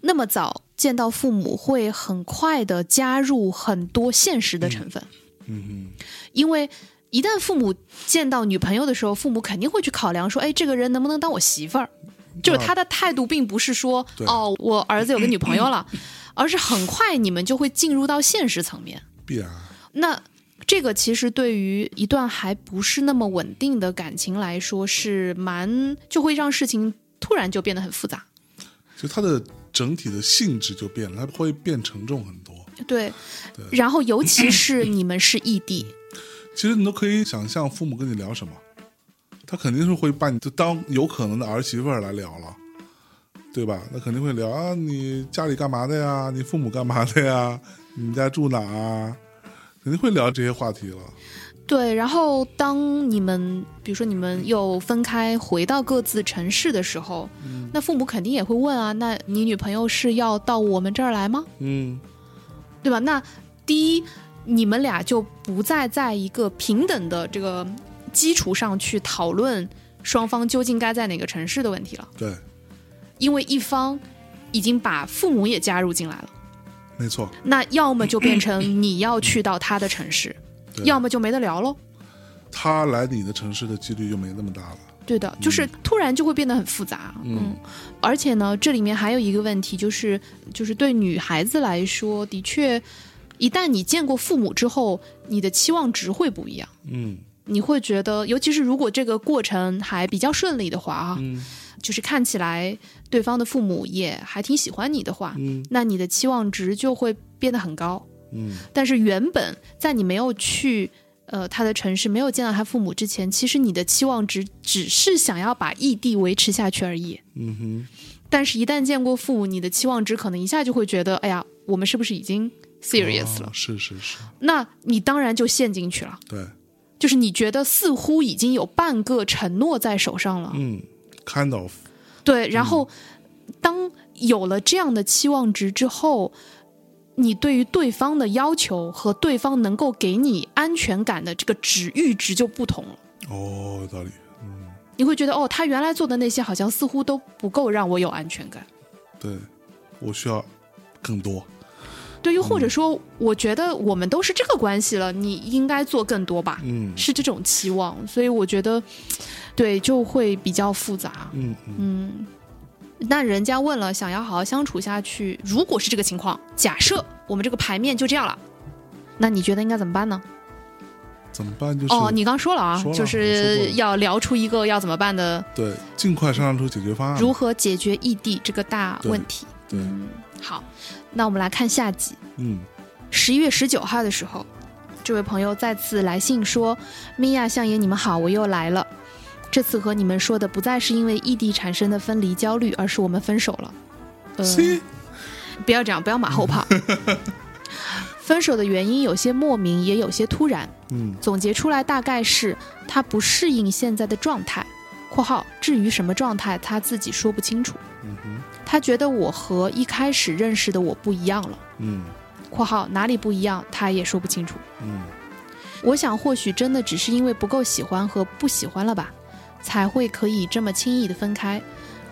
B: 那么早见到父母会很快的加入很多现实的成分，
C: 嗯
B: 因为一旦父母见到女朋友的时候，父母肯定会去考量说，哎，这个人能不能当我媳妇儿？就是他的态度并不是说，
C: 对
B: 哦，我儿子有个女朋友了，而是很快你们就会进入到现实层面。
C: 哼，必然
B: 那这个其实对于一段还不是那么稳定的感情来说，是蛮就会让事情突然就变得很复杂。
C: 就它的整体的性质就变了，它会变沉重很多。
B: 对，然后尤其是你们是异地，
C: 其实你都可以想象父母跟你聊什么，他肯定是会把你就当有可能的儿媳妇儿来聊了，对吧？那肯定会聊啊，你家里干嘛的呀？你父母干嘛的呀？ (laughs) 你们家住哪儿啊？肯定会聊这些话题了。
B: 对，然后当你们比如说你们又分开回到各自城市的时候，那父母肯定也会问啊，那你女朋友是要到我们这儿来吗？
C: 嗯，
B: 对吧？那第一，你们俩就不再在一个平等的这个基础上去讨论双方究竟该在哪个城市的问题了，
C: 对，
B: 因为一方已经把父母也加入进来了。
C: 没错，
B: 那要么就变成你要去到他的城市，
C: 对
B: 要么就没得聊喽。
C: 他来你的城市的几率就没那么大了。
B: 对的，就是突然就会变得很复杂。嗯，而且呢，这里面还有一个问题，就是就是对女孩子来说，的确，一旦你见过父母之后，你的期望值会不一样。
C: 嗯
B: 你会觉得，尤其是如果这个过程还比较顺利的话啊，
C: 嗯
B: 就是看起来对方的父母也还挺喜欢你的话，
C: 嗯
B: 那你的期望值就会变得很高。
C: 嗯，
B: 但是原本在你没有去呃他的城市，没有见到他父母之前，其实你的期望值只是想要把异地维持下去而已。
C: 嗯哼，
B: 但是，一旦见过父母，你的期望值可能一下就会觉得，哎呀，我们是不是已经 serious 了？
C: 哦是是是，
B: 那你当然就陷进去了，
C: 对，
B: 就是你觉得似乎已经有半个承诺在手上了，
C: 嗯，kind 嗯 of，
B: 对。然后，当有了这样的期望值之后。你对于对方的要求和对方能够给你安全感的这个值阈值就不同了，
C: 哦，有道理，
B: 你会觉得哦，他原来做的那些好像似乎都不够让我有安全感。
C: 对，我需要更多。
B: 对于或者说，我觉得我们都是这个关系了，你应该做更多吧，
C: 嗯
B: 是这种期望，所以我觉得，对，就会比较复杂。
C: 嗯嗯。
B: 那人家问了，想要好好相处下去，如果是这个情况，假设我们这个牌面就这样了，那你觉得应该怎么办呢？
C: 怎么办？就是、
B: 哦，你刚说了啊，
C: 说了
B: 就
C: 我说
B: 是
C: 过了
B: 要聊出一个要怎么办的，
C: 对，尽快商量出解决方案。
B: 如何解决异地这个大问题。
C: 嗯
B: 嗯
C: 对，
B: 好，那我们来看下集。
C: 嗯，
B: 十一月十九号的时候，这位朋友再次来信说：“米娅、相爷，你们好，我又来了。这次和你们说的不再是因为异地产生的分离焦虑，而是我们分手了。呃，
C: C，
B: 不要这样，不要马后炮。分手的原因有些莫名，也有些突然。
C: 嗯
B: 总结出来大概是他不适应现在的状态（括号至于什么状态，他自己说不清楚
C: 嗯哼）。
B: 他觉得我和一开始认识的我不一样了
C: 嗯
B: （括号哪里不一样，他也说不清楚）。
C: 嗯
B: 我想，或许真的只是因为不够喜欢和不喜欢了吧，才会可以这么轻易的分开。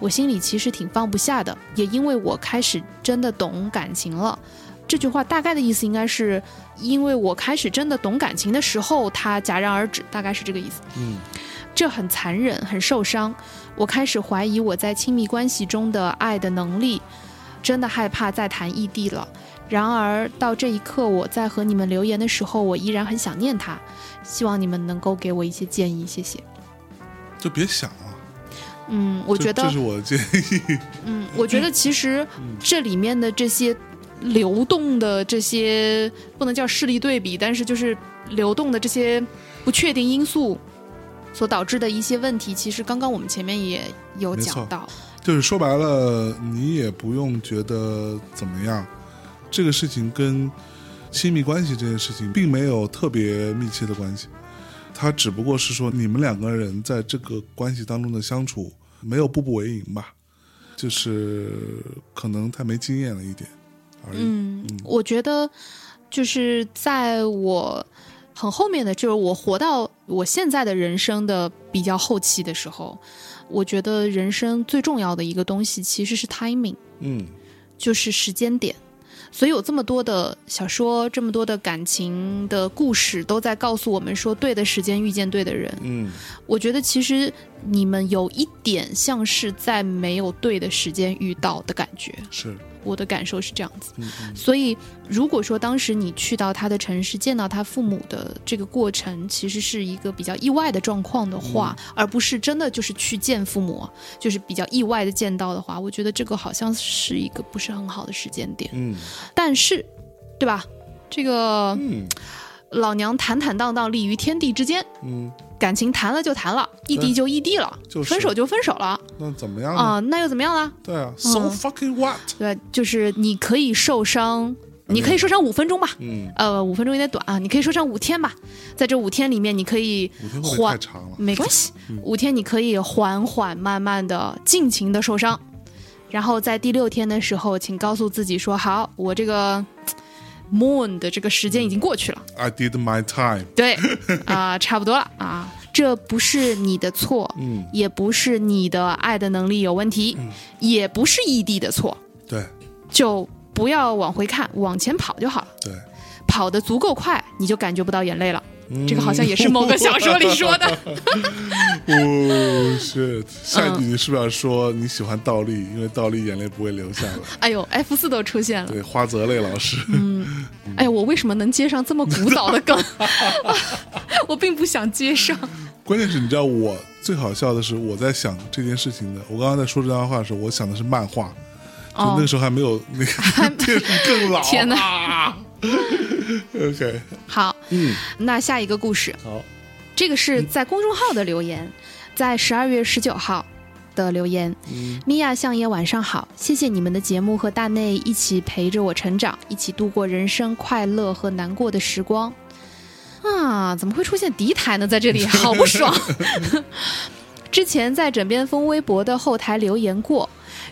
B: 我心里其实挺放不下的，也因为我开始真的懂感情了。这句话大概的意思应该是，因为我开始真的懂感情的时候，它戛然而止，大概是这个意思。
C: 嗯
B: 这很残忍，很受伤。我开始怀疑我在亲密关系中的爱的能力，真的害怕再谈异地了。然而到这一刻，我在和你们留言的时候，我依然很想念他。希望你们能够给我一些建议，谢谢。
C: 就别想了。
B: 嗯，我
C: 这嗯
B: 觉得
C: 这是我的建议。 (laughs)
B: 嗯，我觉得其实这里面的这些流动的这些不能叫势力对比，但是就是流动的这些不确定因素所导致的一些问题，其实刚刚我们前面也有
C: 没错
B: 讲到，
C: 就是说白了，你也不用觉得怎么样，这个事情跟亲密关系这件事情并没有特别密切的关系，它只不过是说你们两个人在这个关系当中的相处没有步步为营吧，就是可能太没经验了一点而已。
B: 嗯，我觉得就是在我很后面的，就是我活到我现在的人生的比较后期的时候，我觉得人生最重要的一个东西其实是 timing，
C: 嗯
B: 就是时间点。所以有这么多的小说，这么多的感情的故事，都在告诉我们说，对的时间遇见对的人。
C: 嗯
B: 我觉得其实你们有一点像是在没有对的时间遇到的感觉，
C: 是
B: 我的感受是这样子。
C: 嗯嗯
B: 所以，如果说当时你去到他的城市，见到他父母的这个过程，其实是一个比较意外的状况的话，
C: 嗯
B: 而不是真的就是去见父母，就是比较意外的见到的话，我觉得这个好像是一个不是很好的时间点。
C: 嗯
B: 但是，对吧？这个
C: 嗯
B: 老娘坦坦荡荡立于天地之间，
C: 嗯，
B: 感情谈了就谈了，异地就异地了，
C: 就是嗯
B: 分手就分手了
C: 那怎么样呢？
B: 啊、嗯那又怎么样呢？
C: 对啊，so fucking what？
B: 对吧，就是你可以受伤，你可以受伤五分钟吧。
C: 嗯，
B: 呃，五分钟有点短啊，你可以说上五天吧。在这五天里面，你可以
C: 五天会不会
B: 缓
C: 太长了？
B: 没关系，
C: 嗯
B: 五天你可以缓缓慢慢的尽情的受伤，然后在第六天的时候，请告诉自己说，好，我这个 moon 的这个时间已经过去了，
C: I did my time。
B: 对，啊、 (laughs) 差不多了啊，这不是你的错，
C: 嗯，
B: 也不是你的爱的能力有问题，也不是异地的错，
C: 对
B: 就不要往回看，往前跑就好了，
C: 对，
B: 跑得足够快，你就感觉不到眼泪了。
C: 嗯
B: 这个好像也是某
C: (laughs)
B: 个小说里说的。
C: 哦，是下一句
B: 嗯
C: 你是不是要说你喜欢倒立？因为倒立眼泪不会流下来。
B: 哎呦，F 四都出现了。
C: 对，花泽类老师，
B: 哎呦，我为什么能接上这么古早的梗？ (laughs) 我并不想接
C: (laughs)
B: 上。
C: (laughs) 关键是你知道我最好笑的是，我在想这件事情的，我刚刚在说这段话的时候，我想的是漫画，就那
B: 哦
C: 个，时候还没有那
B: (laughs)
C: 个电视更老。啊
B: 天哪！
C: (laughs) OK，
B: 好，
C: 嗯，
B: 那下一个故事，
C: 好，嗯
B: 这个是在公众号的留言，在十二月十九号。的留言，
C: 嗯
B: 米娅相爷晚上好，谢谢你们的节目和大内一起陪着我成长，一起度过人生快乐和难过的时光。啊，怎么会出现敌台呢？在这
C: (laughs)
B: 里，好不爽。 (laughs) 之前在枕边风微博的后台留言过，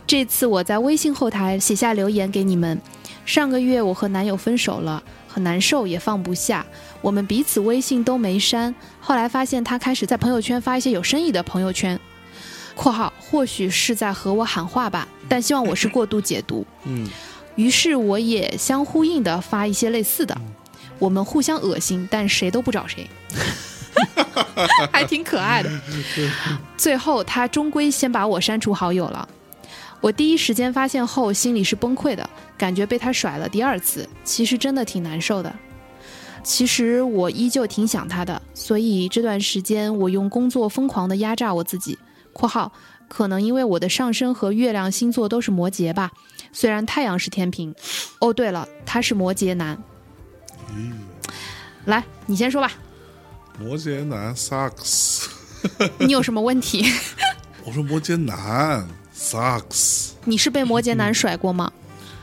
B: 这次我在微信后台写下留言给你们。上个月我和男友分手了，很难受，也放不下。我们彼此微信都没删，后来发现他开始在朋友圈发一些有深意的朋友圈（括号或许是在和我喊话吧），但希望我是过度解读。
C: 嗯
B: 于是我也相呼应的发一些类似的，我们互相恶心，但谁都不找谁， (laughs) 还挺可爱的。最后他终归先把我删除好友了。我第一时间发现后，心里是崩溃的，感觉被他甩了第二次，其实真的挺难受的。其实我依旧挺想他的，所以这段时间我用工作疯狂的压榨我自己。（括号可能因为我的上升和月亮星座都是摩羯吧，虽然太阳是天平。哦，对了，他是摩羯男。
C: 咦，
B: 来，你先 (laughs) 说吧，
C: 摩羯男 sucks。
B: 你有什么问题？ (laughs)
C: 我说摩羯男 sucks，
B: 你是被摩羯男甩过吗？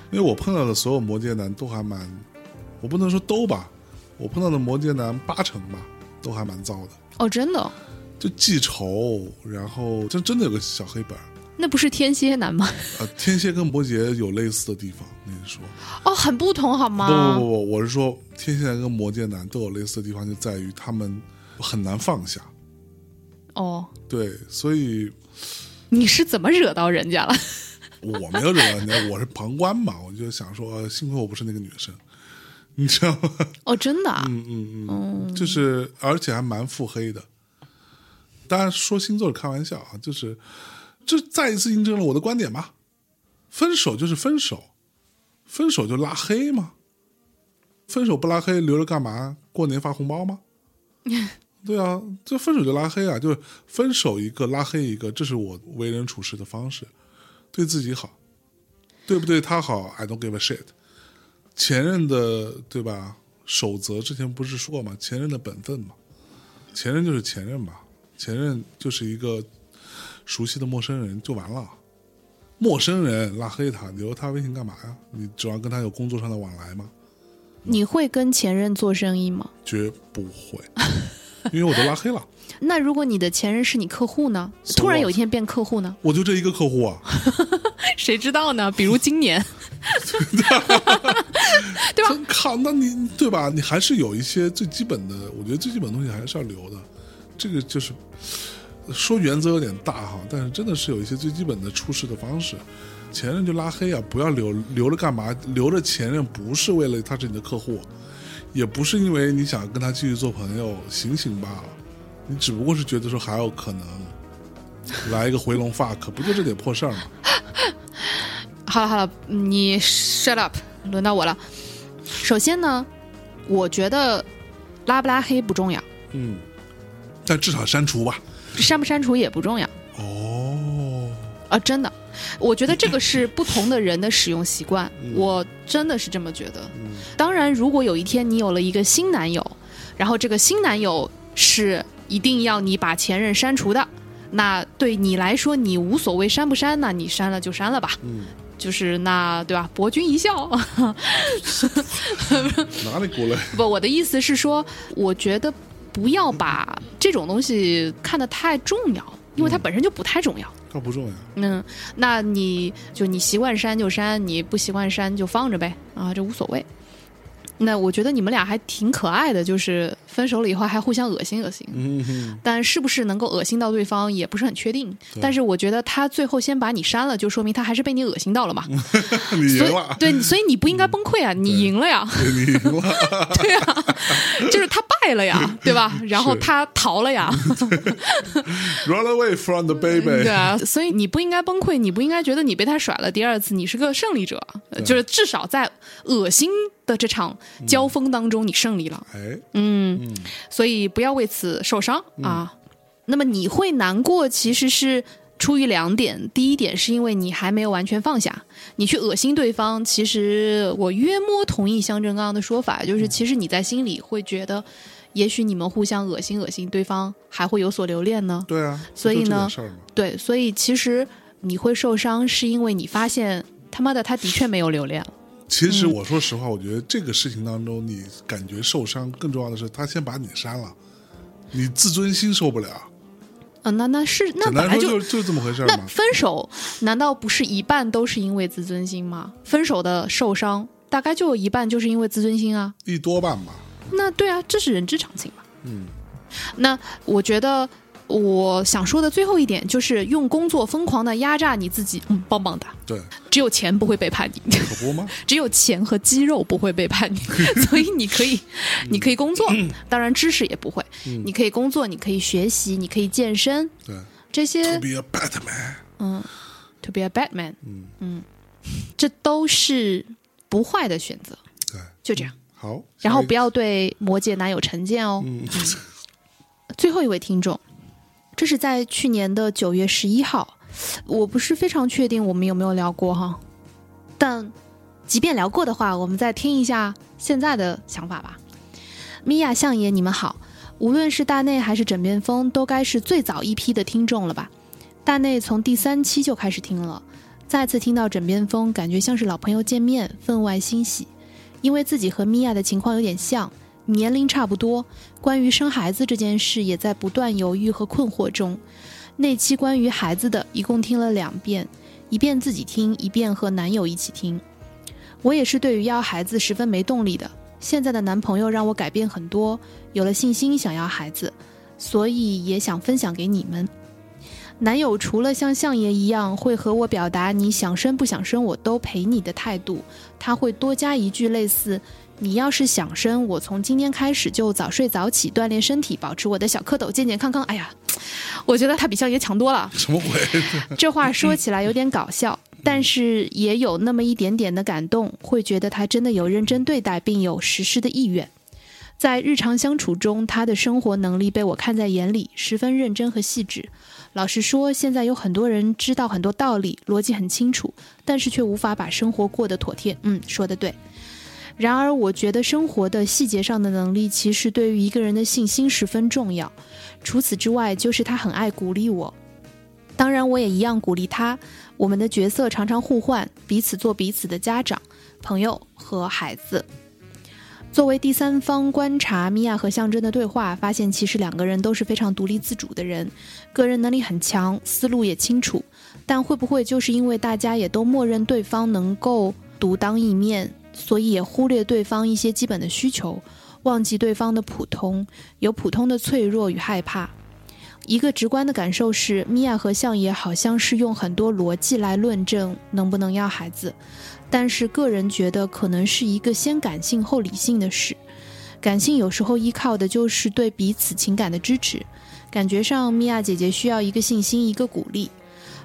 C: 因为我碰到的所有摩羯男都还蛮，我不能说都吧，我碰到的摩羯男八成吧都还蛮糟的，
B: 哦，真的哦，
C: 就记仇，然后真真的有个小黑本儿。
B: 那不是天蝎男吗？
C: 呃，天蝎跟摩羯有类似的地方，跟你说，
B: (laughs) 哦，很不同好
C: 不
B: 吗？
C: 不不不，我是说天蝎男跟摩羯男都有类似的地方，就在于他们很难放下。
B: 哦，
C: 对，所以
B: 你是怎么惹到人家了？
C: 我没有惹到人家，我是旁观嘛，我就想说，呃幸亏我不是那个女生，你知道吗？
B: 哦，真的、啊？
C: 嗯嗯嗯，就是而且还蛮腹黑的。当然说星座是开玩笑啊，就是这再一次印证了我的观点吧。分手就是分手，分手就拉黑嘛。分手不拉黑留着干嘛？过年发红包吗？ (laughs) 对啊，这分手就拉黑啊，就是分手一个拉黑一个，这是我为人处事的方式，对自己好，对不对他好，I don't give a shit。前任的对吧？守则之前不是说嘛，前任的本分嘛，前任就是前任吧，前任就是一个熟悉的陌生人就完了。陌生人拉黑他，留他微信干嘛呀？你指望跟他有工作上的往来吗？
B: 你会跟前任做生意吗？
C: 绝不会，因为我都拉黑了。
B: 那如果你的前任是你客户呢？
C: So
B: 突然
C: what？
B: 有一天变客户呢？
C: 我就这一个客户啊，
B: (laughs) 谁知道呢？比如今年，对
C: (laughs)
B: 吧？
C: 靠，那你对吧？你还是有一些最基本的，我觉得最基本的东西还是要留的。这个就是说原则有点大哈，但是真的是有一些最基本的处事的方式。前任就拉黑啊，不要留留着干嘛？留着前任不是为了他是你的客户，也不是因为你想跟他继续做朋友，醒醒吧！你只不过是觉得说还有可能来一个回笼 fuck，不就这点破事儿吗？
B: (laughs) 好了好了，你 shut up，轮到我了。首先呢，我觉得拉不拉黑不重要，
C: 嗯，但至少删除吧。
B: 删不删除也不重要
C: 哦，
B: 啊，真的。我觉得这个是不同的人的使用习惯，我真的是这么觉得。当然，如果有一天你有了一个新男友，然后这个新男友是一定要你把前任删除的，那对你来说你无所谓删不删，那你删了就删了吧。
C: 嗯。
B: 就是那对吧？博君一笑， (laughs)
C: 哪里过来？
B: 不，我的意思是说，我觉得不要把这种东西看得太重要，因为它本身就不太重要。
C: 它不重要。
B: 嗯，那你就你习惯删就删，你不习惯删就放着呗，啊，这无所谓。那我觉得你们俩还挺可爱的，就是分手了以后还互相恶心恶心，
C: 嗯哼，
B: 但是不是能够恶心到对方也不是很确定。
C: 对
B: 但是我觉得他最后先把你删了，就说明他还是被你恶心到了嘛。
C: (laughs) 你嗯赢
B: 所以 (laughs)
C: 了，嗯
B: 对，所以你不应该崩溃啊，你赢
C: (laughs)
B: 了呀。
C: 你赢了，
B: 对啊，就是他败了呀，对吧？然后他逃了
C: (laughs)
B: 呀，
C: run away from the baby
B: 对。啊，所以你不应该崩溃，你不应该觉得你被他甩了第二次，你是个胜利者，呃就是至少在恶心的这场交锋当中，你胜利了，
C: 哎，
B: 嗯，所以不要为此受伤啊。那么你会难过，其实是。出于两点，第一点是因为你还没有完全放下，你去恶心对方。其实我约摸同意香正刚刚的说法，就是其实你在心里会觉得，也许你们互相恶心恶心对方，还会有所留恋呢。
C: 对啊，
B: 所以
C: 就这
B: 呢
C: 点事儿嘛，
B: 对，所以其实你会受伤，是因为你发现他妈的他的确没有留恋了。
C: 其
B: 嗯
C: 实我说实话，我觉得这个事情当中，你感觉受伤，更重要的是他先把你删了，你自尊心受不了。
B: 啊，那那是那本
C: 简单
B: 来
C: 说
B: 就
C: 就就这么回事儿
B: 那
C: 嘛。
B: 分手，难道不是一半都是因为自尊心吗？分手的受伤大概就有一半就是因为自尊心啊。
C: 一多半吧，
B: 那对啊，这是人之常情嘛。
C: 嗯，
B: 那我觉得我想说的最后一点就是用工作疯狂的压榨你自己，嗯，棒棒哒。
C: 对，
B: 只有钱不会背叛你，
C: 可不吗？
B: 只有钱和肌肉不会背
C: (laughs)
B: 叛你，所以你可以，你可以工作，
C: 嗯
B: 当然知识也不会。你可以工作，你可以学习，你可以健身，
C: 对
B: 这些
C: ，To be a bad man，
B: 嗯，to be a bad man，
C: 嗯
B: 这都是不坏的选择，
C: 对，
B: 就这样。
C: 好。
B: 然后不
C: 要，
B: 要对摩羯男有成见哦。
C: 嗯，
B: 最后一位听众，这是在去年的九月十一号，我不是非常确定我们有没有聊过哈，但即便聊过的话，我们再听一下现在的想法吧。米娅相爷，你们好，无论是大内还是枕边风，都该是最早一批的听众了吧？大内从第三期就开始听了，再次听到枕边风，感觉像是老朋友见面，分外欣喜，因为自己和米娅的情况有点像，年龄差不多，关于生孩子这件事也在不断犹豫和困惑中。那期关于孩子的，一共听了两遍，一遍自己听，一遍和男友一起听。我也是对于要孩子十分没动力的，现在的男朋友让我改变很多，有了信心想要孩子，所以也想分享给你们。男友除了像相爷一样会和我表达“你想生不想生，我都陪你”的态度，他会多加一句类似你要是想生，我从今天开始就早睡早起，锻炼身体，保持我的小蝌蚪健健康康。哎呀，我觉得他比相爷强多了。
C: 什么鬼？ (laughs)
B: 这话说起来有点搞笑，但是也有那么一点点的感动，会觉得他真的有认真对待，并有实施的意愿。在日常相处中，他的生活能力被我看在眼里，十分认真和细致。老实说，现在有很多人知道很多道理，逻辑很清楚，但是却无法把生活过得妥帖。嗯，说的对。然而，我觉得生活的细节上的能力，其实对于一个人的信心十分重要。除此之外，就是他很爱鼓励我，当然我也一样鼓励他。我们的角色常常互换，彼此做彼此的家长、朋友和孩子。作为第三方观察米娅和象征的对话，发现其实两个人都是非常独立自主的人，个人能力很强，思路也清楚。但会不会就是因为大家也都默认对方能够独当一面，所以也忽略对方一些基本的需求，忘记对方的普通，有普通的脆弱与害怕？一个直观的感受是，米娅和相爷好像是用很多逻辑来论证能不能要孩子，但是个人觉得可能是一个先感性后理性的事。感性有时候依靠的就是对彼此情感的支持，感觉上米娅姐姐需要一个信心，一个鼓励。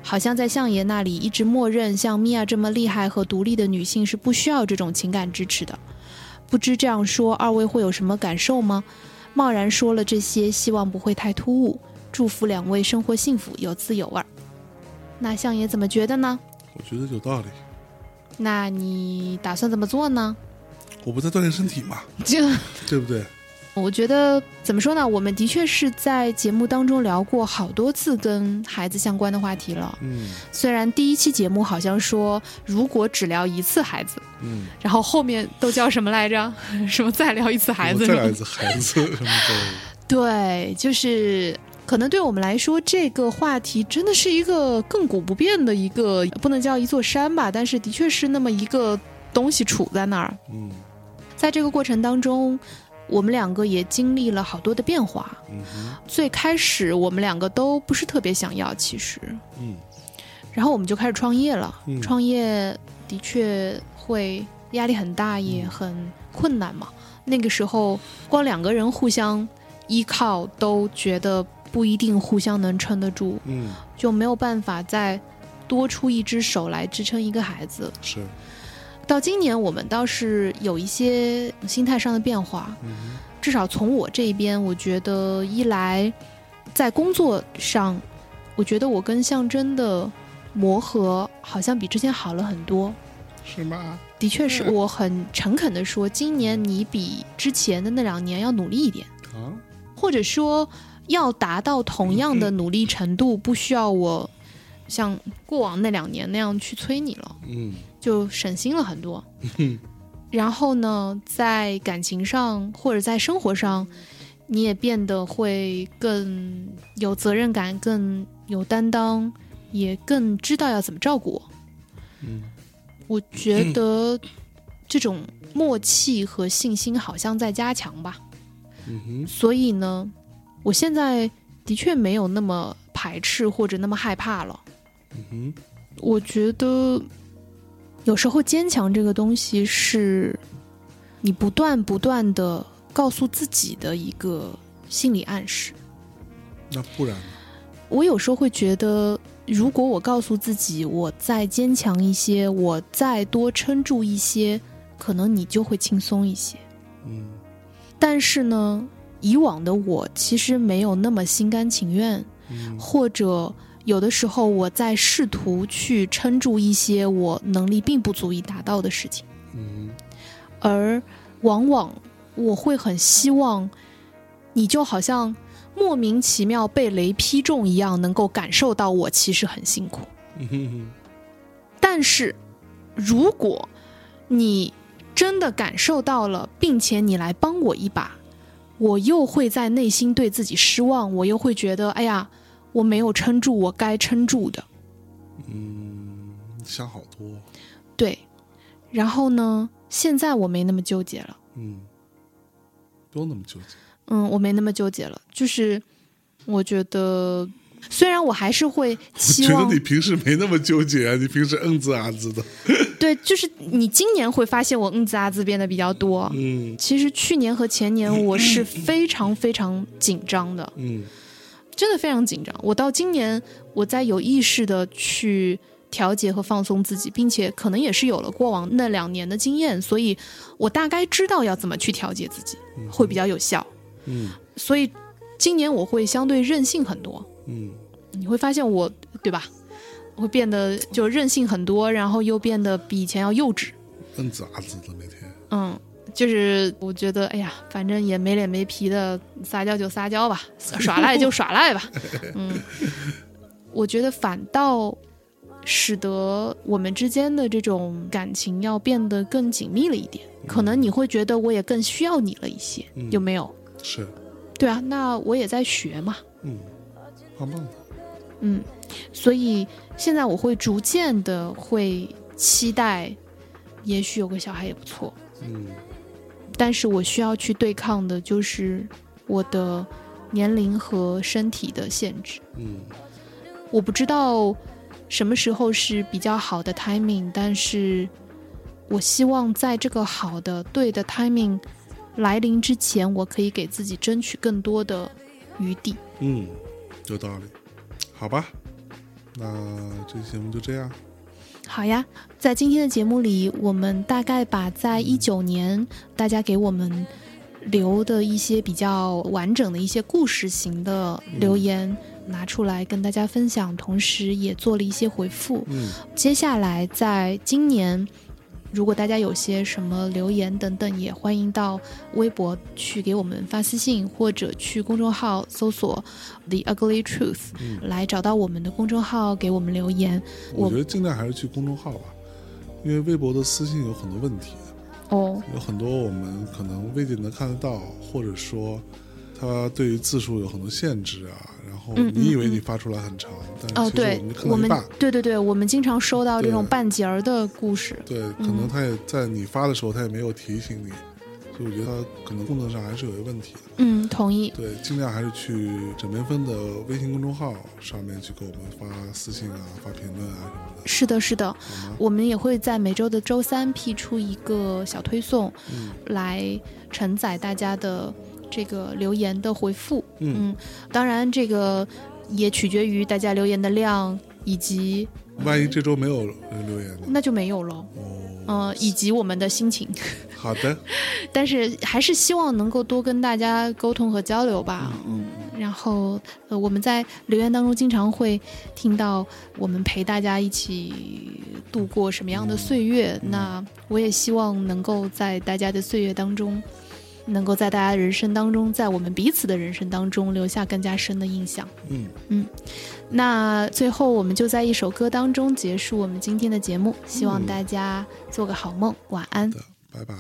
B: 好像在相爷那里一直默认像米娅这么厉害和独立的女性是不需要这种情感支持的。不知这样说，二位会有什么感受吗？贸然说了这些，希望不会太突兀。祝福两位生活幸福，有滋有味儿。那相爷怎么觉得呢？
C: 我觉得有道理。
B: 那你打算怎么做呢？
C: 我不在锻炼身体嘛，
B: 就
C: 对不对？
B: (laughs) 我觉得怎么说呢？我们的确是在节目当中聊过好多次跟孩子相关的话题了。
C: 嗯
B: 虽然第一期节目好像说如果只聊一次孩子，
C: 嗯，
B: 然后后面都叫什么来着？ (laughs) 什么再聊一次孩子？
C: 我再来一次孩子什么的，
B: 对，就是可能对我们来说，这个话题真的是一个亘古不变的一个，不能叫一座山吧，但是的确是那么一个东西杵在那儿。
C: 嗯
B: 在这个过程当中，我们两个也经历了好多的变化。
C: 嗯哼
B: 最开始我们两个都不是特别想要，其实，
C: 嗯
B: 然后我们就开始创业了。
C: 嗯
B: 创业的确会压力很大，也很困难嘛。那个时候，光两个人互相依靠，都觉得不一定互相能撑得住，
C: 嗯，
B: 就没有办法再多出一只手来支撑一个孩子。
C: 是，
B: 到今年，我们倒是有一些心态上的变化，
C: 嗯哼
B: 至少从我这边，我觉得一来在工作上，我觉得我跟象征的磨合好像比之前好了很多。
C: 是吗？
B: 的确是我很诚恳的说，今年你比之前的那两年要努力一点，
C: 啊，
B: 或者说要达到同样的努力程度，不需要我像过往那两年那样去催你了。
C: 嗯
B: 就省心了很多。然后呢，在感情上或者在生活上，你也变得会更有责任感、更有担当，也更知道要怎么照顾我。
C: 嗯
B: 我觉得这种默契和信心好像在加强吧。
C: 嗯哼
B: 所以呢，我现在的确没有那么排斥或者那么害怕了。
C: 嗯哼
B: 我觉得有时候坚强这个东西是你不断不断的告诉自己的一个心理暗示。，
C: 那不然呢，
B: 我有时候会觉得，如果我告诉自己我再坚强一些，我再多撑住一些，可能你就会轻松一些。
C: 嗯
B: 但是呢，以往的我其实没有那么心甘情愿，
C: 嗯
B: 或者有的时候我在试图去撑住一些我能力并不足以达到的事情，
C: 嗯
B: 而往往我会很希望你就好像莫名其妙被雷劈中一样，能够感受到我其实很辛苦。
C: 嗯哼
B: 但是如果你真的感受到了，并且你来帮我一把，我又会在内心对自己失望，我又会觉得，哎呀，我没有撑住我该撑住的，
C: 嗯，想好多，
B: 对。然后呢，现在我没那么纠结了，
C: 嗯，不用那么纠结，
B: 嗯，我没那么纠结了，就是我觉得。虽然我还是会
C: 觉
B: 期望
C: 得你平时没那么纠结啊，你平时嗯滋啊滋的，
B: 对，就是你今年会发现我嗯滋啊滋变得比较多，
C: 嗯
B: 其实去年和前年我是非常非常紧张的，
C: 嗯
B: 真的非常紧张。我到今年，我在有意识的去调节和放松自己，并且可能也是有了过往那两年的经验，所以我大概知道要怎么去调节自己，会比较有效。
C: 嗯
B: 所以今年我会相对任性很多，
C: 嗯
B: 你会发现我，对吧？会变得就任性很多，然后又变得比以前要幼稚。
C: 嗯滋啊滋的每天，
B: 嗯，就是我觉得，哎呀，反正也没脸没皮的，撒娇就撒娇吧，耍赖就耍赖吧。嗯，我觉得反倒使得我们之间的这种感情要变得更紧密了一点。可能你会觉得我也更需要你了一些，
C: 嗯
B: 有没有？
C: 是，
B: 对啊，那我也在学嘛，
C: 嗯，棒棒的，
B: 嗯，所以现在我会逐渐的会期待，也许有个小孩也不错。
C: 嗯
B: 但是我需要去对抗的就是我的年龄和身体的限制。
C: 嗯
B: 我不知道什么时候是比较好的 timing，但是我希望在这个好的、对的 timing 来临之前，我可以给自己争取更多的余地。
C: 嗯，有道理，好吧，那这期节目就这样，
B: 好呀，在今天的节目里，我们大概把在一九年大家给我们留的一些比较完整的一些故事型的留言拿出来跟大家分享，同时也做了一些回复。
C: 嗯
B: 接下来，在今年，如果大家有些什么留言等等，也欢迎到微博去给我们发私信，或者去公众号搜索 “The Ugly Truth”、
C: 嗯
B: 来找到我们的公众号，给我们留言。
C: 我
B: 我
C: 觉得尽量还是去公众号吧，因为微博的私信有很多问题，
B: 哦，
C: 有很多我们可能未必能看得到，或者说它对于字数有很多限制啊。然后
B: 嗯嗯
C: 你以为你发出来很长，但
B: 哦，
C: 是其实
B: 对
C: 我们就，看
B: 我
C: 到
B: 们
C: 一半。
B: 对对对，我们经常收到这种
C: 对
B: 半截儿的故事。
C: 对，可
B: 嗯
C: 能它也在你发的时候，它也没有提醒你，所以我觉得它可能功能上还是有些问题的。
B: 嗯，同意。
C: 对，尽量还是去枕边风的微信公众号上面去给我们发私信啊、发评论啊
B: 是的，是的，
C: 什么的，好吗？
B: 我们也会在每周的周三批出一个小推送，
C: 嗯
B: 来承载大家的这个留言的回复。
C: 嗯，
B: 当然，这个也取决于大家留言的量，以及
C: 万一这周没有人留言呢？
B: 那就没有喽。
C: 哦，
B: 嗯、以及我们的心情，
C: 好的，
B: 但是还是希望能够多跟大家沟通和交流吧。
C: 嗯，
B: 然后，呃，我们在留言当中经常会听到我们陪大家一起度过什么样的岁月。那我也希望能够在大家的岁月当中，能够在大家人生当中，在我们彼此的人生当中留下更加深的印象。
C: 嗯，
B: 那最后，我们就在一首歌当中结束我们今天的节目。希望大家做个好梦，晚安。
C: 的，拜拜。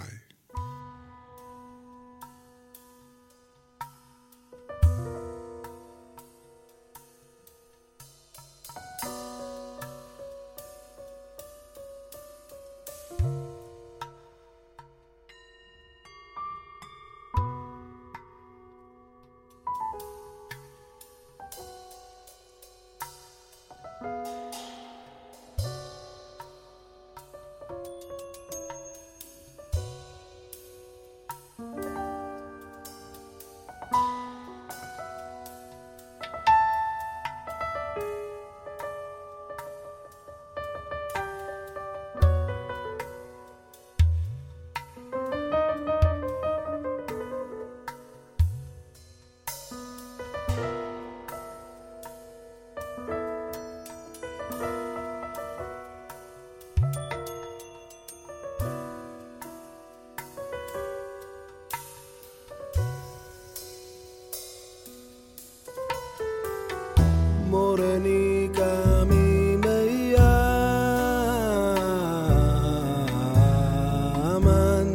D: moreni kami mayaman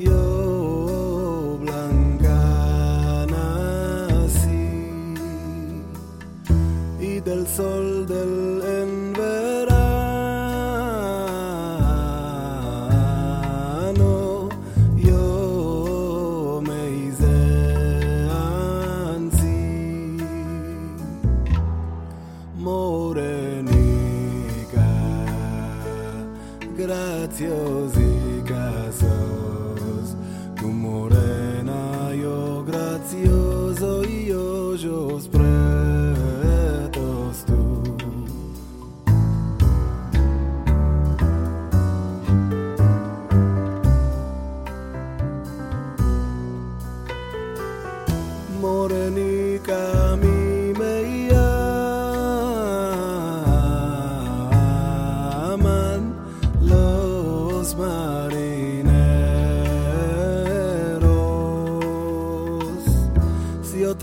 D: yo blancanasi y del sol del en verano yo me hice ansí morenica graziosica sos tu morena yo grazioso io yo pretos tu morenica mi me llaman los marineros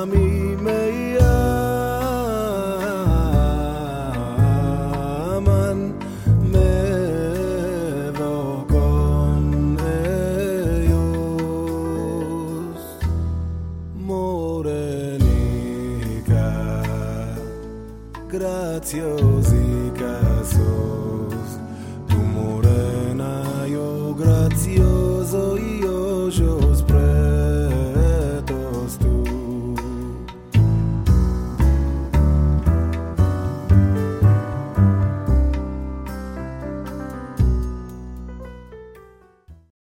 D: a mi me aman, me vou con ellos. Morenica, graciosica.